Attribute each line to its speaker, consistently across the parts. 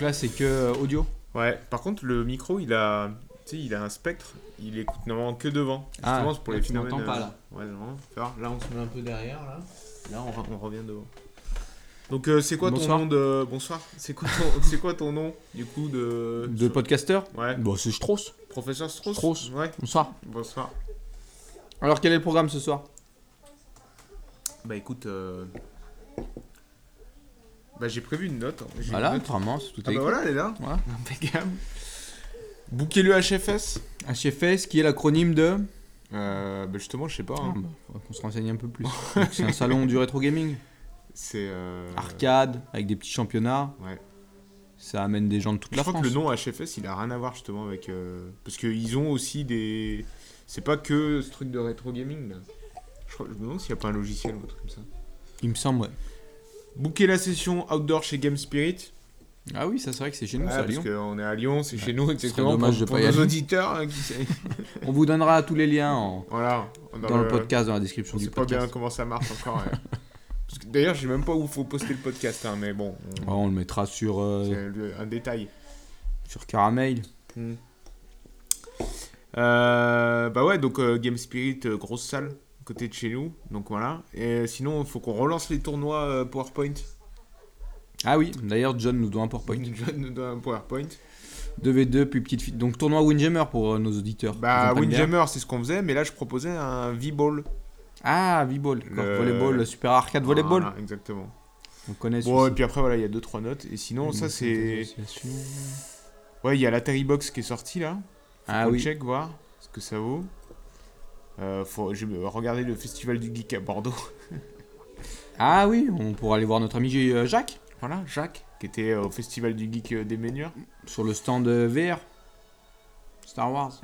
Speaker 1: là, c'est que euh, audio.
Speaker 2: Ouais, par contre, le micro, il a, tu sais, il a un spectre, il écoute normalement que devant.
Speaker 1: Ah,
Speaker 2: Justement, c'est pour
Speaker 1: là,
Speaker 2: les
Speaker 1: tu m'entends
Speaker 2: phénomènes. euh,
Speaker 1: pas, là.
Speaker 2: Ouais, non, faut voir. là, on se met un peu derrière, là. Là, on, re- on revient devant. Donc, euh, c'est quoi
Speaker 1: Bonsoir.
Speaker 2: ton nom de. Bonsoir. C'est quoi, ton... c'est quoi ton nom, du coup, de.
Speaker 1: De podcasteur
Speaker 2: Euh, Ouais,
Speaker 1: Bon, c'est Strauss.
Speaker 2: professeur Strauss.
Speaker 1: Strauss.
Speaker 2: Ouais,
Speaker 1: Bonsoir.
Speaker 2: bonsoir.
Speaker 1: Alors, quel est le programme ce soir
Speaker 2: Bah, écoute. euh, Bah, j'ai prévu une note. J'ai une
Speaker 1: Voilà,
Speaker 2: note.
Speaker 1: vraiment, c'est tout
Speaker 2: Ah,
Speaker 1: est
Speaker 2: bah, voilà, elle est là.
Speaker 1: Voilà.
Speaker 2: Impeccable. Bouquez le HFS
Speaker 1: HFS, qui est l'acronyme de.
Speaker 2: euh, Bah, justement, je sais pas.
Speaker 1: Ah,
Speaker 2: hein.
Speaker 1: bah, faudrait qu'on se renseigne un peu plus. Donc, c'est un salon du rétro gaming.
Speaker 2: C'est. euh,
Speaker 1: Arcade, avec des petits championnats.
Speaker 2: Ouais.
Speaker 1: Ça amène des gens de toute
Speaker 2: Je
Speaker 1: la
Speaker 2: crois
Speaker 1: France.
Speaker 2: que le nom HFS, il a rien à voir justement avec. euh, Parce qu'ils ont aussi des. C'est pas que ce truc de rétro gaming là. Je, crois- je me demande s'il n'y a pas un logiciel ou un truc comme ça.
Speaker 1: Il me semble, ouais.
Speaker 2: Booker la session outdoor chez Game Spirit.
Speaker 1: Ah oui, ça c'est vrai que c'est chez nous,
Speaker 2: Ouais,
Speaker 1: c'est à
Speaker 2: parce
Speaker 1: Lyon.
Speaker 2: qu'on est à Lyon, c'est
Speaker 1: Ouais.
Speaker 2: chez nous,
Speaker 1: serait
Speaker 2: exactement.
Speaker 1: dommage
Speaker 2: pour
Speaker 1: de
Speaker 2: pour
Speaker 1: pas y
Speaker 2: nos
Speaker 1: aller.
Speaker 2: auditeurs. hein, qui sait.
Speaker 1: On vous donnera tous les liens en-
Speaker 2: voilà.
Speaker 1: dans, le... podcast, dans la description
Speaker 2: On
Speaker 1: du
Speaker 2: sait pas bien
Speaker 1: podcast.
Speaker 2: comment ça marche encore. ouais. Parce que D'ailleurs, je sais même pas où faut poster le podcast, hein, mais bon. on-
Speaker 1: Ouais, Ah, on le mettra sur, euh,
Speaker 2: C'est le- un détail.
Speaker 1: sur Caramel.
Speaker 2: Mm. Euh, bah ouais, donc euh, Game Spirit, euh, grosse salle, à côté de chez nous. Donc voilà. Et sinon, il faut qu'on relance les tournois euh, PowerPoint.
Speaker 1: Ah oui, d'ailleurs, John nous doit un PowerPoint.
Speaker 2: John nous donne un PowerPoint.
Speaker 1: 2v2, puis petite fille. Donc tournoi Windjammer pour euh, nos auditeurs.
Speaker 2: Bah,
Speaker 1: Ils ont pas de lien.
Speaker 2: Windjammer, c'est ce qu'on faisait, mais là, je proposais un V-Ball.
Speaker 1: Ah, V-Ball, d'accord.
Speaker 2: Le-
Speaker 1: Volleyball, super arcade volleyball.
Speaker 2: Voilà, exactement.
Speaker 1: On connaît
Speaker 2: Bon, et
Speaker 1: celui-ci.
Speaker 2: puis après, voilà, il y a 2-3 notes. Et sinon, ça,
Speaker 1: Une
Speaker 2: c'est.
Speaker 1: association.
Speaker 2: Ouais, il y a la Terry Box qui est sortie là.
Speaker 1: Ah
Speaker 2: On
Speaker 1: oui.
Speaker 2: check, voir ce que ça vaut. Euh, faut... Je vais regarder le festival du geek à Bordeaux.
Speaker 1: Ah oui, on pourra aller voir notre ami euh, Jacques
Speaker 2: Voilà, Jacques, qui était euh, au festival du geek euh, des Ménières.
Speaker 1: sur le stand euh, VR. Star Wars.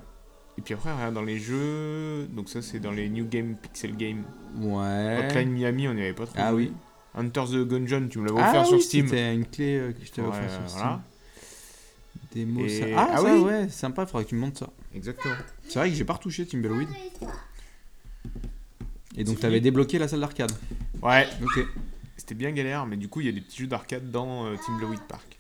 Speaker 2: Et puis après, regarde dans les jeux. Donc, ça, c'est dans les New Game, Pixel Game.
Speaker 1: Ouais.
Speaker 2: Hotline Miami, on n'y avait pas trop.
Speaker 1: Ah
Speaker 2: joué.
Speaker 1: oui.
Speaker 2: Hunter the Gungeon, tu me l'avais
Speaker 1: Ah
Speaker 2: offert sur
Speaker 1: oui,
Speaker 2: Steam.
Speaker 1: C'était une clé euh, que je t'avais
Speaker 2: Ouais,
Speaker 1: offert sur Steam.
Speaker 2: voilà.
Speaker 1: Démo,
Speaker 2: Et-
Speaker 1: ça- Ah,
Speaker 2: ah
Speaker 1: ça,
Speaker 2: oui.
Speaker 1: ouais, sympa, faudrait que tu me montres ça.
Speaker 2: Exactement.
Speaker 1: C'est vrai que j'ai pas retouché Timbleweed. Et donc t'avais débloqué la salle d'arcade.
Speaker 2: Ouais,
Speaker 1: Ok.
Speaker 2: c'était bien galère, mais du coup, il y a des petits jeux d'arcade dans euh, Team Blowit Park.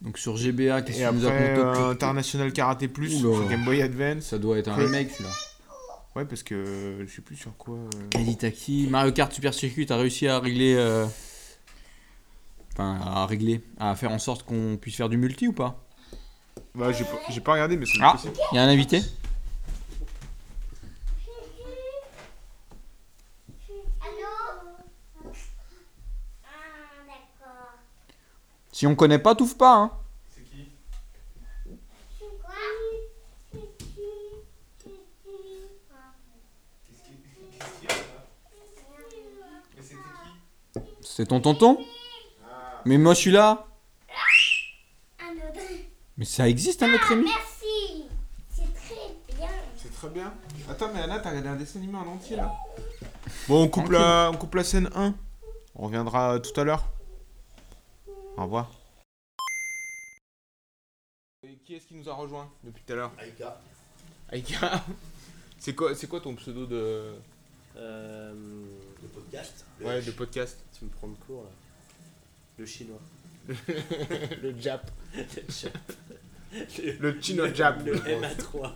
Speaker 1: Donc sur GBA, qu'est-ce
Speaker 2: Et
Speaker 1: que tu nous as
Speaker 2: après,
Speaker 1: conté
Speaker 2: euh, International Karate Plus
Speaker 1: Oula.
Speaker 2: sur Game Boy Advance.
Speaker 1: Ça doit être un
Speaker 2: Ouais.
Speaker 1: remake celui-là.
Speaker 2: Ouais, parce que euh, je sais plus sur quoi. euh,
Speaker 1: Kalitaki, Mario Kart Super Circuit, t'as réussi à régler. euh, Enfin, à régler, à faire en sorte qu'on puisse faire du multi ou pas
Speaker 2: Bah, j'ai pas, j'ai pas regardé, mais c'est
Speaker 1: Ah.
Speaker 2: possible.
Speaker 1: Il y a un invité
Speaker 3: Allô Ah, d'accord.
Speaker 1: Si on connaît pas, touffe pas, hein
Speaker 3: Quoi
Speaker 1: C'est ton tonton Mais moi je suis là
Speaker 3: Un autre.
Speaker 1: Mais ça existe un autre ami
Speaker 3: Merci C'est très bien.
Speaker 2: C'est très bien. Attends, mais Anna, t'as regardé un dessin animé en entier là Bon, on coupe, la, on coupe la scène 1. On reviendra tout à l'heure. Au revoir. qui est-ce qui nous a rejoint depuis tout à l'heure
Speaker 4: Aïka.
Speaker 2: Aïka C'est quoi, c'est quoi ton pseudo de,
Speaker 4: Euh, le podcast. Le-
Speaker 2: ouais, de podcast
Speaker 4: Tu me prends de cours là. Le chinois.
Speaker 2: Le Jap.
Speaker 4: Le chap. Le,
Speaker 2: Le Chino Jap.
Speaker 4: Le MA3.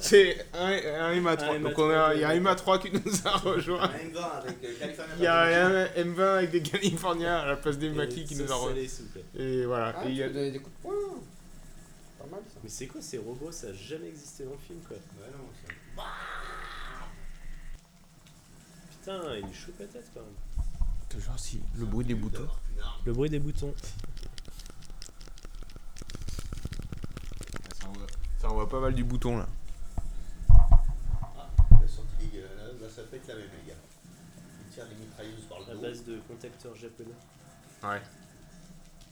Speaker 2: C'est un, un MA3.
Speaker 4: Un
Speaker 2: Donc
Speaker 4: MA3.
Speaker 2: on a- il y a un MA3 qui nous a rejoint.
Speaker 4: Un gars avec euh, California.
Speaker 2: Il y a un M20 avec des Californiens à la place des maquis qui nous a rejoint.
Speaker 4: salé, s'il vous plaît.
Speaker 2: Et voilà. Et il y a-
Speaker 4: Mais c'est quoi ces robots Ça a jamais existé dans le film quoi. Bah non. Putain, il est chaud patate quand même.
Speaker 2: Genre si, le bruit des boutons.
Speaker 4: Le bruit des boutons.
Speaker 2: Ça envoie, ça envoie pas mal du bouton là.
Speaker 5: La sortie, euh, là, là, ça fait que la même, les gars. Il tire les mitrailleuses par
Speaker 4: À
Speaker 5: le dos.
Speaker 4: base de contacteurs japonais.
Speaker 2: Ouais.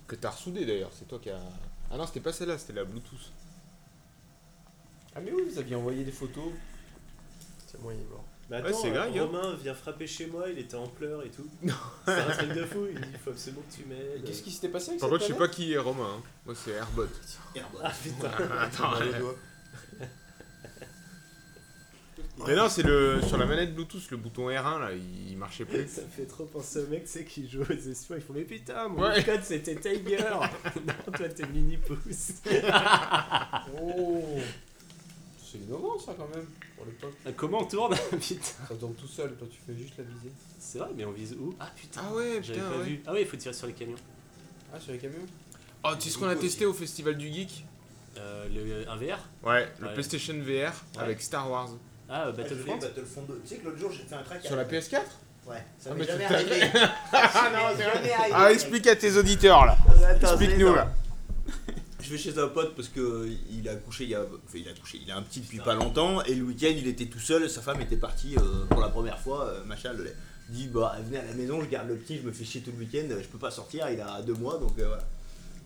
Speaker 2: Que t'as ressoudé d'ailleurs, c'est toi qui a. Ah non, c'était pas celle-là, c'était la Bluetooth. Ah mais oui, vous aviez envoyé des photos.
Speaker 4: C'est moi, il est mort. Mais
Speaker 2: Ouais,
Speaker 4: attends,
Speaker 2: c'est
Speaker 4: euh,
Speaker 2: dingue, hein.
Speaker 4: Romain vient frapper chez moi, il était en pleurs et tout. c'est un truc de fou, il me dit il faut absolument que tu m'aides.
Speaker 6: Qu'est-ce qui s'était passé avec
Speaker 2: Par
Speaker 6: cette
Speaker 2: contre, je sais
Speaker 6: planète
Speaker 2: pas qui est Romain. hein. Moi, c'est Airbot.
Speaker 5: Merde,
Speaker 4: Ah putain.
Speaker 2: Attends,
Speaker 5: le doigt.
Speaker 3: Mais non, c'est le sur la manette Bluetooth, le bouton R1 là, il marchait plus.
Speaker 4: Ça me fait trop penser aux mecs, tu sais, qui jouent aux espoirs. Ils font, mais putain, mon
Speaker 3: Ouais.
Speaker 4: code c'était Tiger. non, toi t'es mini pouce.
Speaker 7: Oh C'est innovant ça quand même, pour l'époque.
Speaker 4: Ah, Comment on tourne Putain.
Speaker 7: Ça tourne tout seul, toi tu fais juste la visée.
Speaker 4: C'est vrai, mais on vise où Ah putain.
Speaker 3: Ah ouais,
Speaker 4: J'avais
Speaker 3: putain,
Speaker 4: pas
Speaker 3: ouais.
Speaker 4: vu. Ah ouais, il faut tirer sur les camions.
Speaker 7: Ah, sur les camions
Speaker 3: Oh, tu sais ce qu'on a testé au Festival du Geek
Speaker 4: Euh, le, un VR
Speaker 3: Ouais, le
Speaker 2: Ah,
Speaker 4: Ouais.
Speaker 3: PlayStation VR
Speaker 4: Ouais.
Speaker 3: avec Star Wars.
Speaker 4: Ah, euh,
Speaker 7: Ah, je fais
Speaker 4: Battlefront
Speaker 7: Battlefront 2. Tu sais que l'autre jour j'ai fait un track
Speaker 3: Sur la PS4
Speaker 7: Ouais, ça
Speaker 3: Ah, mais
Speaker 7: m'est jamais
Speaker 3: tu
Speaker 7: arrivé. ah non, c'est jamais arrivé.
Speaker 3: Ah, explique à tes auditeurs là.
Speaker 7: Euh, Attends,
Speaker 3: Explique-nous
Speaker 7: c'est-
Speaker 3: là.
Speaker 7: Je vais chez un pote parce que euh, il a couché il y a enfin, il a couché, il a un petit depuis pas longtemps et le week-end il était tout seul, sa femme était partie euh, pour la première fois, euh, machin le dit bah venez à la maison, je garde le petit, je me fais chier tout le week-end, euh, je peux pas sortir, il a deux mois donc euh, voilà.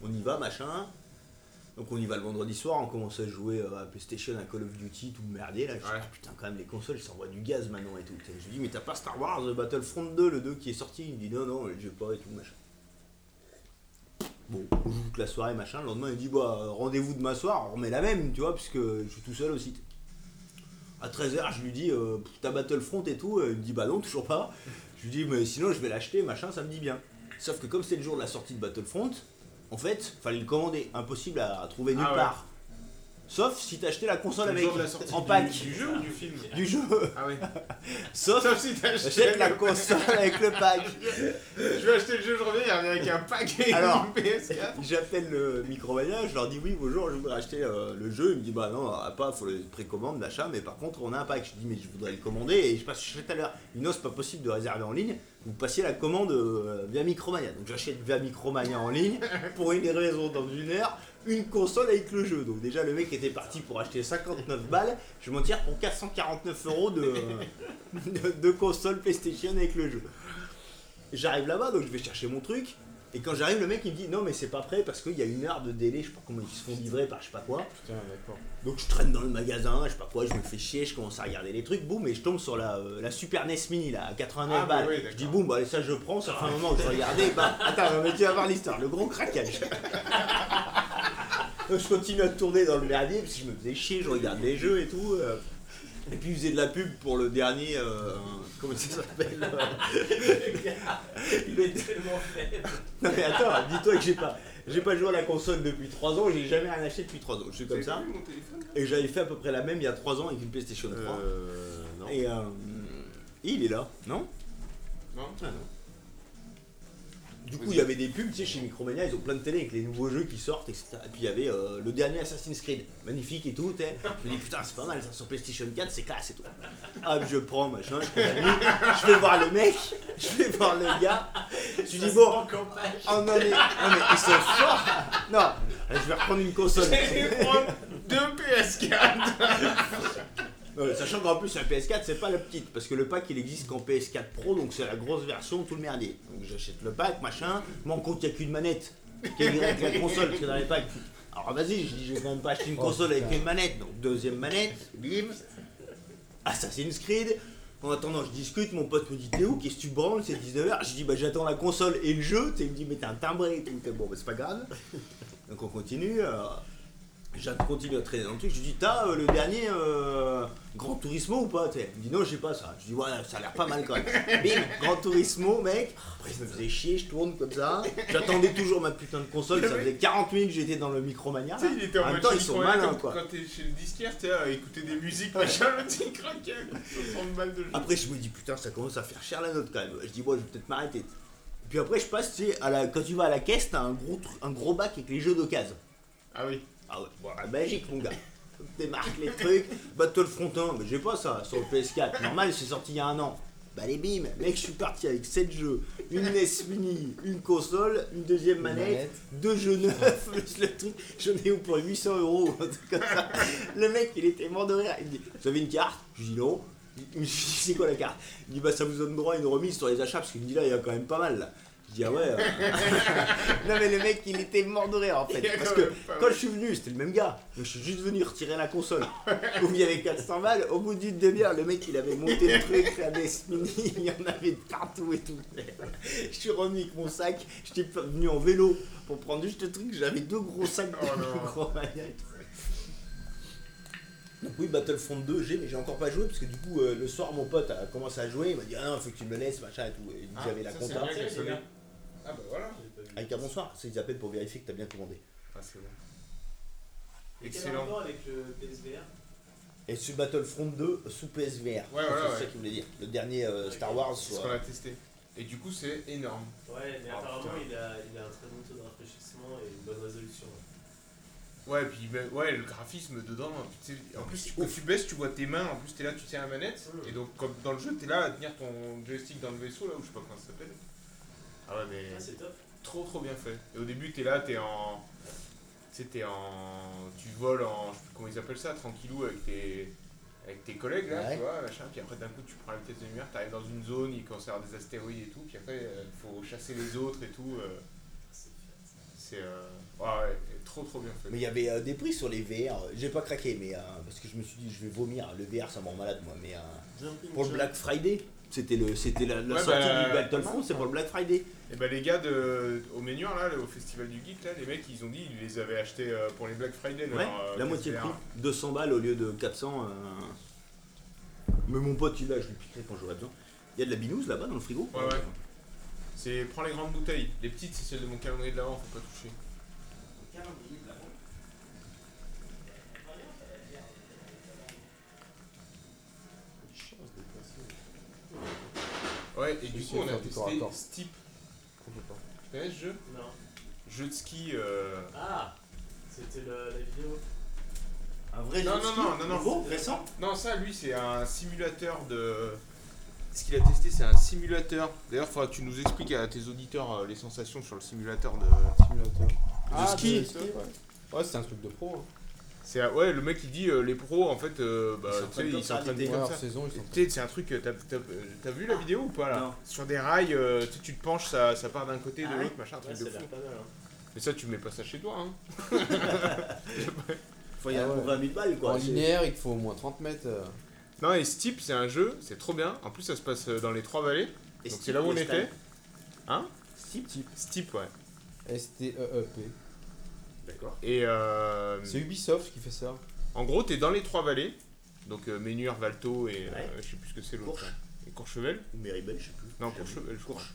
Speaker 7: On y va machin. Donc on y va le vendredi soir, on commence à jouer euh, à PlayStation, à Call of Duty, tout merdier là. Je dis,
Speaker 3: Ouais.
Speaker 7: Ah, putain quand même les consoles ça envoie du gaz maintenant et tout. Je lui dis mais t'as pas Star Wars euh, Battlefront 2 le 2 qui est sorti Il me dit non non j'ai pas et tout machin. Bon, on joue toute la soirée, machin. Le lendemain, il dit bah, euh, rendez-vous demain soir, on remet la même, tu vois, parce que je suis tout seul aussi. À 13h, je lui dis euh, Pff, t'as Battlefront et tout. Euh, Il me dit bah non, toujours pas. Je lui dis mais sinon, je vais l'acheter, machin, ça me dit bien. Sauf que comme c'est le jour de la sortie de Battlefront, en fait, fallait le commander. Impossible à, à trouver nulle
Speaker 3: Ah ouais.
Speaker 7: part. Sauf si t'achetais la console avec en
Speaker 3: du-
Speaker 7: pack
Speaker 3: Du jeu ou du film
Speaker 7: du jeu.
Speaker 3: Ah ouais.
Speaker 7: Sauf
Speaker 3: Sauf si t'as
Speaker 7: achète
Speaker 3: acheté
Speaker 7: la
Speaker 3: le-
Speaker 7: console avec le pack.
Speaker 3: Je vais acheter le jeu, je reviens, il revient avec un pack et
Speaker 7: Alors.
Speaker 3: une PS4.
Speaker 7: J'appelle le micromania, je leur dis oui, bonjour, je voudrais acheter euh, le jeu. Il me dit bah non, ah, pas, faut le précommande, l'achat, mais par contre, on a un pack. Je dis mais je voudrais le commander et je passe chez tout à l'heure. Il me dit, non, c'est pas possible de réserver en ligne, vous passez la commande euh, via micromania. Donc j'achète via micromania en ligne pour une raison dans une heure, une console avec le jeu. Donc déjà, le mec était parti pour acheter 59 balles, je m'en tire pour 449 euros de, de, de console PlayStation avec le jeu. J'arrive là-bas, donc je vais chercher mon truc. Et quand j'arrive, le mec il me dit non, mais c'est pas prêt parce qu'il y a une heure de délai, je sais pas comment ils se font livrer par je sais pas quoi.
Speaker 3: Putain, d'accord.
Speaker 7: Donc je traîne dans le magasin, je sais pas quoi, je me fais chier, je commence à regarder les trucs, boum, et je tombe sur la, euh, la Super NES Mini là, à 89
Speaker 3: Ah, bah
Speaker 7: balles.
Speaker 3: oui, d'accord. Ah.
Speaker 7: je dis boum, bah allez, ça je prends, ça fait un moment que je regardais, bah attends, mais tu vas voir l'histoire, le gros craquage. Donc je continue à tourner dans le merdier parce que je me faisais chier, je regarde les jeux et tout. euh. Et puis il faisait de la pub pour le dernier, euh, comment ça s'appelle
Speaker 4: Il est tellement fait.
Speaker 7: Non mais attends, dis-toi que j'ai pas, j'ai pas joué à la console depuis 3 ans, j'ai jamais rien acheté depuis 3 ans, je suis comme ça. Et j'avais fait à peu près la même il y a 3 ans avec une PlayStation 3.
Speaker 3: Euh. Non.
Speaker 7: Et euh, il est là, non
Speaker 3: Non.
Speaker 7: Ah non. Du coup, il y avait des pubs, tu sais, chez Micromania, ils ont plein de télé avec les nouveaux jeux qui sortent, etc. Et puis il y avait euh, le dernier Assassin's Creed, magnifique et tout, tu sais. Je me dis, putain, c'est pas mal, ça, sur PlayStation 4, c'est classe et tout. Hop, je prends, machin, je continue, je vais voir le mec, je vais voir le gars. Je dis, bon, Oh non mais, non, mais ils sont forts Non, je vais reprendre une console.
Speaker 3: Deux PS4
Speaker 7: Non, mais sachant qu'en plus la PS4 c'est pas la petite, parce que le pack il existe qu'en PS4 Pro, donc c'est la grosse version, tout le merdier. Donc j'achète le pack, machin, mais en compte il y a qu'une manette qui est avec la console qui est dans les packs. Alors vas-y, je dis je vais quand même pas acheter une console avec une manette, donc deuxième manette, bim, Assassin's Creed. En attendant, je discute, mon pote me dit T'es où Qu'est-ce que tu branles C'est 19h. Je dis Bah j'attends la console et le jeu. Tu sais, il me dit Mais t'es un timbré et tout. Je dis, Bon, bah c'est pas grave. Donc on continue. euh, je continue à traîner dans le truc. Je lui dis T'as euh, le dernier euh, Grand Turismo ou pas Tu sais, Il me dit Non, j'ai pas ça. Je dis Ouais, ça a l'air pas mal quand même. Bim Grand Turismo, mec. Après, je me faisais chier, je tourne comme ça. J'attendais toujours ma putain de console. Ça faisait 40 minutes que j'étais dans le Micromania.
Speaker 3: Tu sais, il était en,
Speaker 7: En même
Speaker 3: mode
Speaker 7: temps, ils
Speaker 3: Sonic
Speaker 7: sont
Speaker 3: Mania,
Speaker 7: malins,
Speaker 3: comme
Speaker 7: quoi.
Speaker 3: Quand t'es chez le disquaire, tu sais, à écouter des musiques, machin, le petit craquait. 60 balles de jeu.
Speaker 7: Après, je me dis, putain, ça commence à faire cher la note quand même. Je dis, moi, je vais peut-être m'arrêter. Puis après, je passe, tu sais, à la... quand tu vas à la caisse, t'as un gros, tru- un gros bac avec les jeux d'occasion.
Speaker 3: Ah oui.
Speaker 7: Ah ouais, bon, la magique, mon gars. Démarque les trucs. Battlefront 1, mais j'ai pas ça sur le PS4. Normal, c'est sorti il y a un an. Bah les bim, mec, je suis parti avec 7 jeux, une NES Mini, une console, une deuxième manette, deux jeux neufs, plus le truc, j'en ai eu pour 800 euros, un truc comme ça. Le mec, il était mort de rire. Il me dit Vous avez une carte Je lui dis non. Il me dit C'est quoi la carte Il me dit Bah ça vous donne droit à une remise sur les achats, parce qu'il me dit là, il y a quand même pas mal là. Je dis ah ouais. euh. non mais le mec il était mort de rire en fait.
Speaker 3: Il y a
Speaker 7: Parce
Speaker 3: quand
Speaker 7: que
Speaker 3: même pas mal.
Speaker 7: quand je suis venu, c'était le même gars. Donc, je suis juste venu retirer la console. Où il y avait 400 balles, au bout d'une demi-heure, le mec il avait monté le truc, la NES Mini, il y en avait de partout et tout. Je suis revenu avec mon sac, j'étais pas venu en vélo pour prendre juste le truc, j'avais deux gros sacs de
Speaker 3: Oh non.
Speaker 7: Micromania. Donc oui, Battlefront 2, j'ai, mais j'ai encore pas joué parce que du coup, euh, le soir, mon pote a commencé à jouer. Il m'a dit Ah non, faut que tu me le laisses, machin et tout. Et
Speaker 2: Ah,
Speaker 7: j'avais la
Speaker 2: ça, c'est
Speaker 7: compta.
Speaker 2: bien que ça l'ait. Ah bah voilà.
Speaker 7: Avec un bonsoir, c'est ils appellent pour vérifier que t'as bien commandé.
Speaker 2: Ah, c'est bon.
Speaker 4: Excellent.
Speaker 2: Excellent.
Speaker 4: avec le PSVR
Speaker 7: Et sur Battlefront 2 sous PSVR.
Speaker 2: Ouais, voilà,
Speaker 7: c'est
Speaker 2: ouais.
Speaker 7: ça qu'il voulait dire. Le dernier euh, Star Wars.
Speaker 2: C'est ce
Speaker 7: soit-
Speaker 2: qu'on a testé. Et du coup, c'est énorme.
Speaker 4: Ouais, mais
Speaker 2: Ah,
Speaker 4: apparemment,
Speaker 2: putain.
Speaker 4: il a, il a un très bon taux de rafraîchissement et une bonne résolution.
Speaker 2: Ouais, et puis ben, ouais, le graphisme dedans. tu sais, En plus, tu- quand tu baisses, tu vois tes mains. En plus, t'es là, tu tiens la manette.
Speaker 4: Ouais.
Speaker 2: Et donc, comme dans le jeu, t'es là à tenir ton joystick dans le vaisseau, là, ou je sais pas comment ça s'appelle. Ah ouais, mais.
Speaker 4: Ah, c'est top.
Speaker 2: Trop, trop bien fait. Et au début, t'es là, t'es en. Tu sais, t'es en. Tu voles en. Je sais plus comment ils appellent ça, tranquillou avec tes. Avec tes collègues là,
Speaker 7: Ouais.
Speaker 2: tu vois, machin, puis après d'un coup tu prends la vitesse de lumière, t'arrives dans une zone, il commence à y avoir des astéroïdes et tout, puis après euh, faut chasser les autres et tout. euh,
Speaker 4: C'est fait.
Speaker 2: c'est. euh, ah ouais, trop trop bien fait.
Speaker 7: Mais il y avait euh, des prix sur les VR. J'ai pas craqué, mais euh, parce que je me suis dit, je vais vomir. Le VR, ça me rend malade, moi. Mais euh, pour le Black Friday, c'était le, c'était la, la
Speaker 2: Ouais,
Speaker 7: sortie
Speaker 2: bah,
Speaker 7: du Battlefront, c'est pour le Black Friday.
Speaker 2: Et bah les gars de, au Ménuire, là, au Festival du Geek, là, les mecs, ils ont dit ils les avaient achetés euh, pour les Black Friday.
Speaker 7: Ouais,
Speaker 2: leur, euh,
Speaker 7: la moitié de
Speaker 2: PSVR.
Speaker 7: prix. 200 balles au lieu de 400. euh, Mais mon pote, il a, je lui piquerai quand j'aurai besoin. Il y a de la binouse là-bas dans le frigo
Speaker 2: Ouais, ouais. C'est prends les grandes bouteilles. Les petites, c'est celles de mon calendrier de l'avant, faut pas toucher. Ouais, et du
Speaker 3: J'essaie
Speaker 2: coup,
Speaker 3: de
Speaker 2: on a
Speaker 3: faire du corps à
Speaker 2: testé
Speaker 3: corps.
Speaker 2: Steep. Tu connais ce jeu
Speaker 4: Non.
Speaker 2: Jeu de ski. euh,
Speaker 4: Ah C'était le- la vidéo.
Speaker 7: Un vrai
Speaker 2: Non,
Speaker 7: jeu de
Speaker 2: non,
Speaker 7: ski,
Speaker 2: non, non, non.
Speaker 7: nouveau, récent.
Speaker 2: Non, ça, lui, c'est un simulateur de. Ce qu'il a testé, c'est un simulateur. D'ailleurs, faudra que tu nous expliques à tes auditeurs euh, les sensations sur le simulateur de.
Speaker 3: Simulateur.
Speaker 2: ski.
Speaker 3: Ouais, c'est un truc de pro. Hein.
Speaker 2: C'est un- ouais, le mec il dit euh, les pros en fait, euh, bah, tu sais,
Speaker 7: s'entraînent
Speaker 2: ils s'entraînent
Speaker 7: comme
Speaker 2: comme ça.
Speaker 3: saison, ils sont.
Speaker 2: Tu sais, c'est un truc, euh, t'as, t'as- euh, t'as vu la vidéo ou pas là
Speaker 7: Non.
Speaker 2: Sur des rails, euh, tu sais, tu te penches, ça, ça part d'un côté, de
Speaker 7: Ah
Speaker 2: l'autre, machin, un
Speaker 4: Ouais,
Speaker 2: truc
Speaker 4: ça
Speaker 2: de
Speaker 4: a
Speaker 2: fou.
Speaker 4: l'air pas mal. Hein.
Speaker 2: Mais ça, tu mets pas ça chez toi, hein
Speaker 7: Faut y
Speaker 3: Ah
Speaker 7: aller pour
Speaker 3: ouais.
Speaker 7: 20 000 balles quoi.
Speaker 3: en
Speaker 7: C'est-
Speaker 3: linéaire, il te faut au moins 30 mètres. euh.
Speaker 2: Non, et ce type, c'est un jeu, c'est trop bien. En plus, ça se passe euh, dans les trois vallées,
Speaker 7: Et
Speaker 2: donc
Speaker 7: Steep,
Speaker 2: c'est là où on
Speaker 7: le
Speaker 2: était.
Speaker 7: style.
Speaker 2: Hein
Speaker 7: Steep.
Speaker 2: Ce type, ouais.
Speaker 3: S-T-E-E-P.
Speaker 2: D'accord. Et euh,
Speaker 3: E C'est Ubisoft qui fait ça.
Speaker 2: en gros, t'es dans les trois vallées, donc euh, Ménuire, Valto et euh,
Speaker 7: Ouais.
Speaker 2: je sais plus ce que c'est l'autre.
Speaker 7: Courche.
Speaker 2: là. Et Courchevel
Speaker 7: Ou Meribel, je sais plus.
Speaker 2: Non,
Speaker 7: J'ai jamais-
Speaker 2: Courchevel, je crois.
Speaker 7: Courche.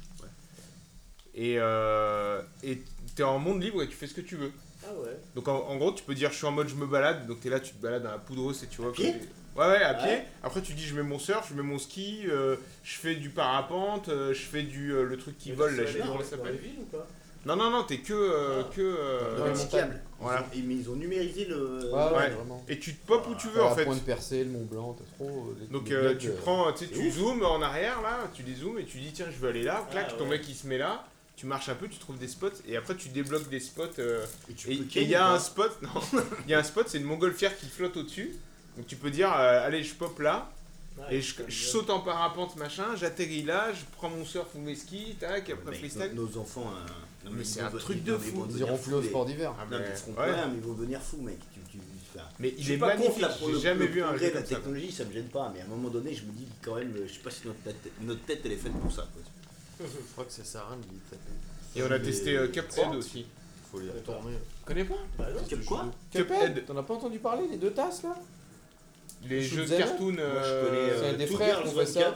Speaker 2: Et euh, et t'es en monde libre et tu fais ce que tu veux.
Speaker 4: Ah ouais
Speaker 2: Donc en, en gros, tu peux dire je suis en mode je me balade, donc t'es là, tu te balades à la poudreuse et tu vois. comme
Speaker 7: pied
Speaker 2: des- Ouais, ouais, à
Speaker 7: Ouais.
Speaker 2: pied. Après, tu dis je mets mon surf, je mets mon ski, euh, je fais du parapente, euh, je fais du euh, le truc qui
Speaker 4: Mais
Speaker 2: vole
Speaker 4: tu
Speaker 2: là,
Speaker 4: vas
Speaker 2: je sais
Speaker 4: aller
Speaker 2: pas comment
Speaker 4: dans-
Speaker 2: ça
Speaker 4: dans les
Speaker 2: s'appelle.
Speaker 4: villes ou pas
Speaker 2: Non, non, non, t'es que. euh,
Speaker 4: Ah.
Speaker 2: que euh,
Speaker 7: Dans les petits câbles.
Speaker 2: Voilà.
Speaker 7: Ils ont- Ils ont numérisé le.
Speaker 3: Ouais, ouais,
Speaker 2: Ouais.
Speaker 3: vraiment.
Speaker 2: Et tu te pop où tu veux
Speaker 3: T'as
Speaker 2: en
Speaker 3: la
Speaker 2: fait.
Speaker 3: pointe percée, le Mont Blanc, t'as trop. euh, les-
Speaker 2: Donc
Speaker 3: les
Speaker 2: euh,
Speaker 3: blagues,
Speaker 2: tu
Speaker 3: euh,
Speaker 2: prends, tu sais,
Speaker 7: c'est
Speaker 2: tu
Speaker 7: ouf.
Speaker 2: zoomes en arrière là, tu dézoomes et tu dis tiens je veux aller là, clac,
Speaker 4: Ah,
Speaker 2: ton
Speaker 4: ouais.
Speaker 2: mec il se met là, tu marches un peu, tu trouves des spots et après tu débloques des spots. euh,
Speaker 7: Et tu
Speaker 2: et
Speaker 7: peux
Speaker 2: et
Speaker 7: ken
Speaker 2: il y a
Speaker 7: ou
Speaker 2: un
Speaker 7: pas
Speaker 2: spot, non, il y a un spot, c'est une montgolfière qui flotte au-dessus. Donc tu peux dire euh, allez je pop là
Speaker 4: Ouais,
Speaker 2: et je,
Speaker 4: Ah, comme
Speaker 2: je
Speaker 4: ça.
Speaker 2: saute en parapente machin, j'atterris là, je prends mon surf ou mes skis, tac, et
Speaker 7: Ouais,
Speaker 2: après
Speaker 7: mais
Speaker 2: freestyle.
Speaker 7: Nos nos enfants. euh, non,
Speaker 2: Mais
Speaker 7: ils
Speaker 2: c'est
Speaker 7: vont
Speaker 2: un
Speaker 7: de-
Speaker 2: truc
Speaker 7: ils
Speaker 2: de
Speaker 7: vont-
Speaker 2: fou.
Speaker 7: ils vont
Speaker 3: Ils
Speaker 7: devenir
Speaker 3: iront
Speaker 7: fous,
Speaker 3: plus au
Speaker 7: les-
Speaker 3: sport d'hiver.
Speaker 2: Ah,
Speaker 7: Non,
Speaker 2: mais-
Speaker 7: ils seront
Speaker 2: ouais.
Speaker 7: pleins, mais ils vont devenir fous, mec. Tu, tu, enfin,
Speaker 2: Mais
Speaker 7: je
Speaker 2: il
Speaker 7: suis
Speaker 2: est
Speaker 7: pas
Speaker 2: magnifique,
Speaker 7: contre, là, pour
Speaker 2: j'ai
Speaker 7: le-
Speaker 2: jamais
Speaker 7: le
Speaker 2: vu un
Speaker 7: progrès
Speaker 2: jeu
Speaker 7: de la
Speaker 2: comme ça.
Speaker 7: technologie, ça me gêne pas, mais à un moment donné, je me dis quand même, euh, je sais pas si notre tête, notre tête elle est faite pour ça. Quoi.
Speaker 6: Je crois que ça sert à rien de les taper.
Speaker 2: Et on a
Speaker 4: Mais-
Speaker 2: testé euh, Cuphead aussi.
Speaker 6: Faut les retourner.
Speaker 2: Tu connais pas
Speaker 4: Bah non,
Speaker 7: Cap- quoi
Speaker 2: Cuphead.
Speaker 3: Cuphead, t'en as pas entendu parler, les deux tasses là
Speaker 2: Les
Speaker 3: Shoot
Speaker 2: jeux de
Speaker 3: them up
Speaker 2: cartoon.
Speaker 7: Moi,
Speaker 2: euh,
Speaker 7: je connais
Speaker 3: c'est
Speaker 7: euh,
Speaker 3: des
Speaker 7: Two
Speaker 3: frères
Speaker 7: Girls,
Speaker 3: qu'on fait
Speaker 7: One
Speaker 3: ça.
Speaker 7: Cup,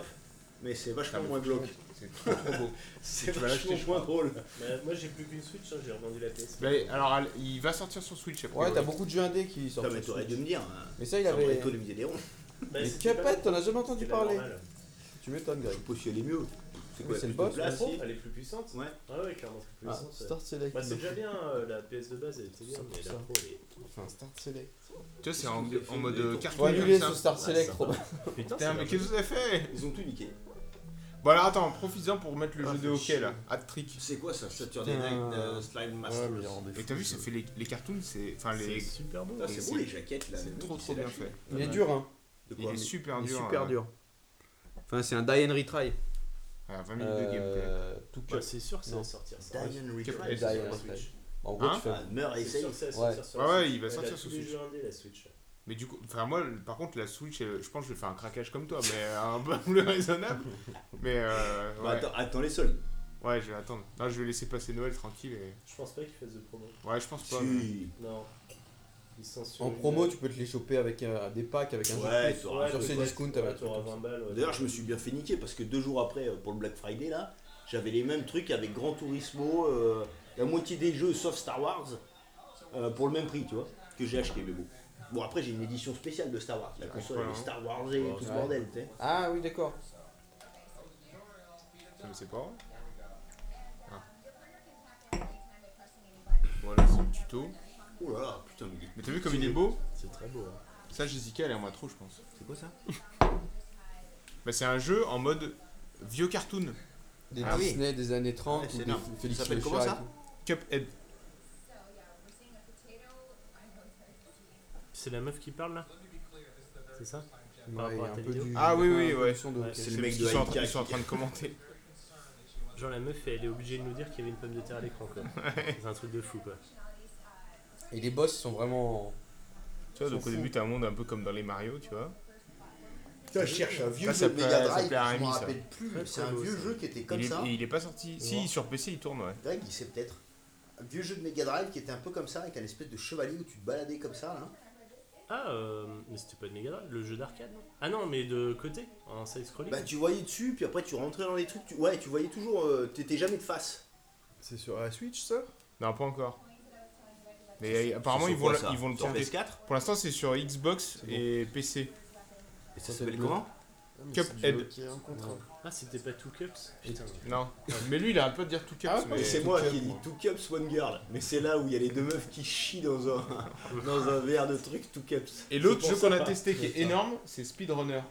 Speaker 7: mais c'est vachement
Speaker 2: Ah, mais
Speaker 7: moins
Speaker 2: franchement,
Speaker 7: glauque.
Speaker 2: C'est trop, trop beau.
Speaker 7: C'est
Speaker 2: tu vas l'acheter,
Speaker 7: vachement
Speaker 2: je
Speaker 7: moins drôle.
Speaker 4: Bah, moi j'ai plus qu'une Switch, hein, j'ai revendu la PS.
Speaker 2: Mais alors, elle- il va sortir sur Switch après.
Speaker 3: Ouais, t'as beaucoup de jeux indés qui sortent.
Speaker 7: Putain, mais
Speaker 3: sur
Speaker 7: t'aurais dû
Speaker 3: Switch.
Speaker 7: me dire. hein.
Speaker 3: Mais ça, il
Speaker 7: Ça aurait
Speaker 3: avait.
Speaker 7: économisé des ronds.
Speaker 4: Bah,
Speaker 3: Mais
Speaker 4: c'était pas-
Speaker 3: Cuphead, t'en as jamais entendu
Speaker 4: c'était
Speaker 3: parler.
Speaker 4: la normale.
Speaker 3: Tu m'étonnes,
Speaker 7: Je
Speaker 3: Greg.
Speaker 7: sais pas si elle est mieux. C'est
Speaker 3: Mais
Speaker 7: quoi
Speaker 3: c'est
Speaker 7: la
Speaker 3: le
Speaker 7: plus
Speaker 3: boss,
Speaker 7: de
Speaker 4: La
Speaker 7: place
Speaker 4: pro, Bah, elle est plus puissante.
Speaker 7: Ouais.
Speaker 4: Ah ouais, clairement, c'est plus
Speaker 3: Ah,
Speaker 4: puissant. ça.
Speaker 3: Start Select.
Speaker 4: Bah, c'est déjà bien, euh, la PS de base elle était bien,
Speaker 3: C'est
Speaker 4: mais
Speaker 3: pour
Speaker 4: la
Speaker 3: ça.
Speaker 4: pro elle est.
Speaker 3: Enfin, Start Select.
Speaker 2: Tu vois, c'est en, en mode euh, cartoon.
Speaker 3: Faut annuler
Speaker 2: comme
Speaker 3: ce
Speaker 2: ça.
Speaker 3: Start Select,
Speaker 4: ça
Speaker 3: trop bien.
Speaker 4: Putain,
Speaker 2: Putain,
Speaker 4: c'est
Speaker 2: mais
Speaker 4: la
Speaker 2: qu'est-ce que vous avez fait
Speaker 7: Ils ont tout niqué.
Speaker 2: Bon, alors attends, profites-en pour mettre le
Speaker 6: Ah,
Speaker 2: jeu de
Speaker 6: fais
Speaker 2: hockey
Speaker 6: chier.
Speaker 2: là. Hat trick.
Speaker 7: C'est quoi ça Saturday
Speaker 3: Putain.
Speaker 7: Night euh, Slime Master
Speaker 2: Et t'as vu, ça fait les, les cartoons, c'est. Enfin, les.
Speaker 4: super beau.
Speaker 7: Putain, Ah, C'est beau les jaquettes là. le
Speaker 2: C'est
Speaker 7: mec,
Speaker 2: trop
Speaker 7: il
Speaker 2: trop
Speaker 7: s'est
Speaker 2: bien
Speaker 7: lâché.
Speaker 2: fait.
Speaker 3: Il est dur, hein.
Speaker 7: De
Speaker 2: Il
Speaker 7: quoi
Speaker 2: est super
Speaker 3: Il est
Speaker 2: dur.
Speaker 3: super
Speaker 2: hein.
Speaker 3: dur. Enfin, c'est un die and retry.
Speaker 2: Ah, 20 minutes de gameplay.
Speaker 3: Euh, Tout cut.
Speaker 4: Ouais, c'est sûr que ça
Speaker 3: Non.
Speaker 4: va sortir ça.
Speaker 7: Die and
Speaker 2: Cuphead.
Speaker 7: Retry.
Speaker 3: Die
Speaker 4: c'est
Speaker 3: and
Speaker 4: sur la
Speaker 3: retry.
Speaker 4: Switch.
Speaker 3: En gros,
Speaker 2: Hein
Speaker 3: tu fais.
Speaker 7: Ah, meurs et
Speaker 4: C'est
Speaker 7: essaye.
Speaker 4: sûr que ça va
Speaker 3: Ouais.
Speaker 4: sortir sur
Speaker 2: Ouais,
Speaker 4: la
Speaker 2: ouais,
Speaker 4: Switch.
Speaker 2: il va
Speaker 4: Elle a
Speaker 2: sortir sur
Speaker 4: tous les
Speaker 2: Switch.
Speaker 4: jeux indés, la Switch.
Speaker 2: Mais du coup, enfin, moi, par contre, la Switch, euh, je pense que je vais faire un craquage comme toi, mais euh, un peu plus raisonnable. Mais euh,
Speaker 7: Bah,
Speaker 2: ouais.
Speaker 7: attends, attends les soldes.
Speaker 2: ouais, je vais attendre. Là, je vais laisser passer Noël tranquille. Et...
Speaker 4: Je pense pas qu'ils fassent de promo.
Speaker 2: Ouais, je pense pas. mais-
Speaker 7: Si.
Speaker 4: Non. Ils sont sur
Speaker 1: En
Speaker 4: une-
Speaker 1: promo, tu peux te les choper avec euh, des packs, avec un jeu.
Speaker 7: Ouais,
Speaker 1: de plus.
Speaker 7: t'auras-
Speaker 1: sur
Speaker 4: ouais,
Speaker 1: ces
Speaker 4: ouais,
Speaker 1: discounts,
Speaker 4: t'auras-
Speaker 1: avec-
Speaker 4: t'auras 20 balles. ouais.
Speaker 7: D'ailleurs, je me suis bien fait niquer parce que deux jours après, euh, pour le Black Friday, là, j'avais les mêmes trucs avec Gran Turismo, euh, la moitié des jeux sauf Star Wars, euh, pour le même prix, tu vois, que j'ai acheté, mais bon. Bon, après, j'ai une édition spéciale de Star Wars. La console, elle est Star Wars et tout ce
Speaker 1: ouais.
Speaker 7: bordel, tu sais.
Speaker 1: Ah oui, d'accord.
Speaker 2: Ça, mais c'est pas vrai. Ah. Voilà, c'est le tuto.
Speaker 7: Oh là là, putain, mais il est-
Speaker 2: Mais t'as vu comme il est beau
Speaker 6: C'est très beau. hein.
Speaker 2: Ça, Jessica, elle aimerait trop, je pense.
Speaker 7: C'est quoi ça
Speaker 2: Bah, c'est un jeu en mode vieux cartoon.
Speaker 1: Des
Speaker 2: Ah oui.
Speaker 1: Disney des années 30
Speaker 7: Ouais, c'est
Speaker 1: ou des
Speaker 7: énorme.
Speaker 1: Félix
Speaker 7: Ça s'appelle
Speaker 1: le
Speaker 7: comment,
Speaker 1: Chat
Speaker 7: ça
Speaker 1: et tout.
Speaker 2: Cuphead.
Speaker 4: C'est la meuf qui parle là C'est ça Par
Speaker 1: Ouais, il y
Speaker 4: rapport
Speaker 1: a
Speaker 4: à
Speaker 1: un
Speaker 4: ta
Speaker 1: peu
Speaker 4: vidéo.
Speaker 1: du-
Speaker 2: Ah oui,
Speaker 1: un
Speaker 2: oui,
Speaker 1: peu
Speaker 2: ouais.
Speaker 1: du son de-
Speaker 4: Ouais,
Speaker 1: ok.
Speaker 7: C'est le mec
Speaker 2: Ils
Speaker 7: de
Speaker 2: sont en train-
Speaker 7: Haikai.
Speaker 2: Ils sont en train de commenter.
Speaker 4: Genre la meuf, elle est obligée de nous dire qu'il y avait une pomme de terre à l'écran quoi. C'est un truc de fou quoi.
Speaker 1: Et les boss sont vraiment.
Speaker 2: Tu vois, donc au début, t'as un monde un peu comme dans les Mario, tu vois.
Speaker 7: Putain, je cherche un vieux
Speaker 2: Ça, ça
Speaker 7: jeu de
Speaker 2: plaît-
Speaker 7: Mega
Speaker 2: ça
Speaker 7: Drive,
Speaker 2: plaît à
Speaker 7: je m'en
Speaker 2: Rémi, ça.
Speaker 7: rappelle plus, mais
Speaker 4: Très,
Speaker 7: c'est
Speaker 4: très
Speaker 7: un
Speaker 4: beau,
Speaker 7: vieux
Speaker 4: ça.
Speaker 7: jeu qui était comme
Speaker 2: il, est,
Speaker 7: ça.
Speaker 2: et il est pas sorti. Si, sur PC, il tourne, ouais.
Speaker 7: Greg, il sait peut-être. Un vieux jeu de Mega Drive qui était un peu comme ça, avec un espèce de chevalier où tu te baladais comme ça, là.
Speaker 4: Ah, euh, mais c'était pas de Mega Drive, le jeu d'arcade non Ah non, mais de côté, en side scrolling.
Speaker 7: Bah tu voyais dessus, puis après tu rentrais dans les trucs, tu... ouais tu voyais toujours, euh, t'étais jamais de face.
Speaker 6: C'est sur la Switch, ça
Speaker 2: Non, pas encore. Mais euh, apparemment, ils vont, la- ils vont le
Speaker 7: Sur
Speaker 2: tenter.
Speaker 7: PS4
Speaker 2: Pour l'instant, c'est sur Xbox
Speaker 6: C'est bon.
Speaker 2: et PC.
Speaker 7: Et ça s'appelle comment
Speaker 6: Ah, mais
Speaker 2: Cuphead.
Speaker 6: c'est
Speaker 4: eh
Speaker 6: du
Speaker 4: ben,
Speaker 6: hockey en contre un.
Speaker 4: Ah, c'était pas Two Cups Putain.
Speaker 2: Non. mais lui, il arrête pas de dire tout cas.
Speaker 7: Mais c'est
Speaker 2: mais...
Speaker 7: moi
Speaker 6: Two
Speaker 7: qui ai
Speaker 6: Cups,
Speaker 7: dit
Speaker 6: moi.
Speaker 7: Two Cups One Girl, mais c'est là où il y a les deux meufs qui chient dans un, dans un verre de truc Two Cups.
Speaker 2: Et l'autre
Speaker 4: Je
Speaker 2: jeu
Speaker 4: pense
Speaker 2: qu'on a
Speaker 4: pas.
Speaker 2: testé qui est énorme, c'est Speedrunner.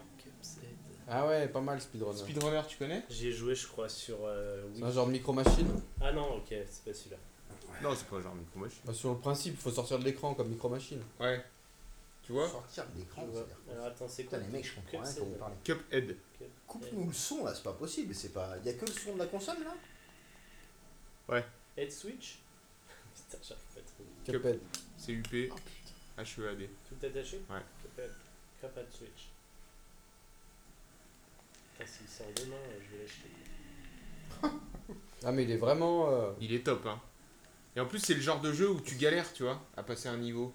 Speaker 1: Ah ouais, pas mal Speedrunner.
Speaker 2: Speedrunner, tu connais
Speaker 4: J'ai joué, je crois, sur euh,
Speaker 1: C'est
Speaker 4: Wii.
Speaker 1: un genre de micro-machine.
Speaker 4: Ah non, ok, c'est pas celui-là.
Speaker 2: Non, c'est pas genre micro machine.
Speaker 1: Bah, sur le principe, il faut sortir de l'écran comme micro-machine.
Speaker 2: Ouais. Tu vois
Speaker 7: Sortir de l'écran,
Speaker 4: Je vois.
Speaker 7: c'est-à-dire.
Speaker 4: Alors attends, c'est quoi
Speaker 7: Putain les mecs, je comprends rien
Speaker 4: Cups,
Speaker 7: quand vous
Speaker 4: euh,
Speaker 7: parlez.
Speaker 2: Cuphead.
Speaker 7: Coupe-nous le son là, c'est pas possible, c'est pas... Y a que le son de la console là
Speaker 4: Head Switch Putain, j'arrive pas à trouver.
Speaker 2: Cup.
Speaker 1: Cuphead.
Speaker 2: C'est UP. H-E-A-D.
Speaker 4: Tout attaché
Speaker 2: Ouais.
Speaker 4: Capel. Capel Switch. Putain, s'il sort demain, euh, je vais l'acheter.
Speaker 1: Ah mais il est vraiment. euh,
Speaker 2: Il est top, hein. Et en plus, c'est le genre de jeu où tu galères, tu vois, à passer un niveau.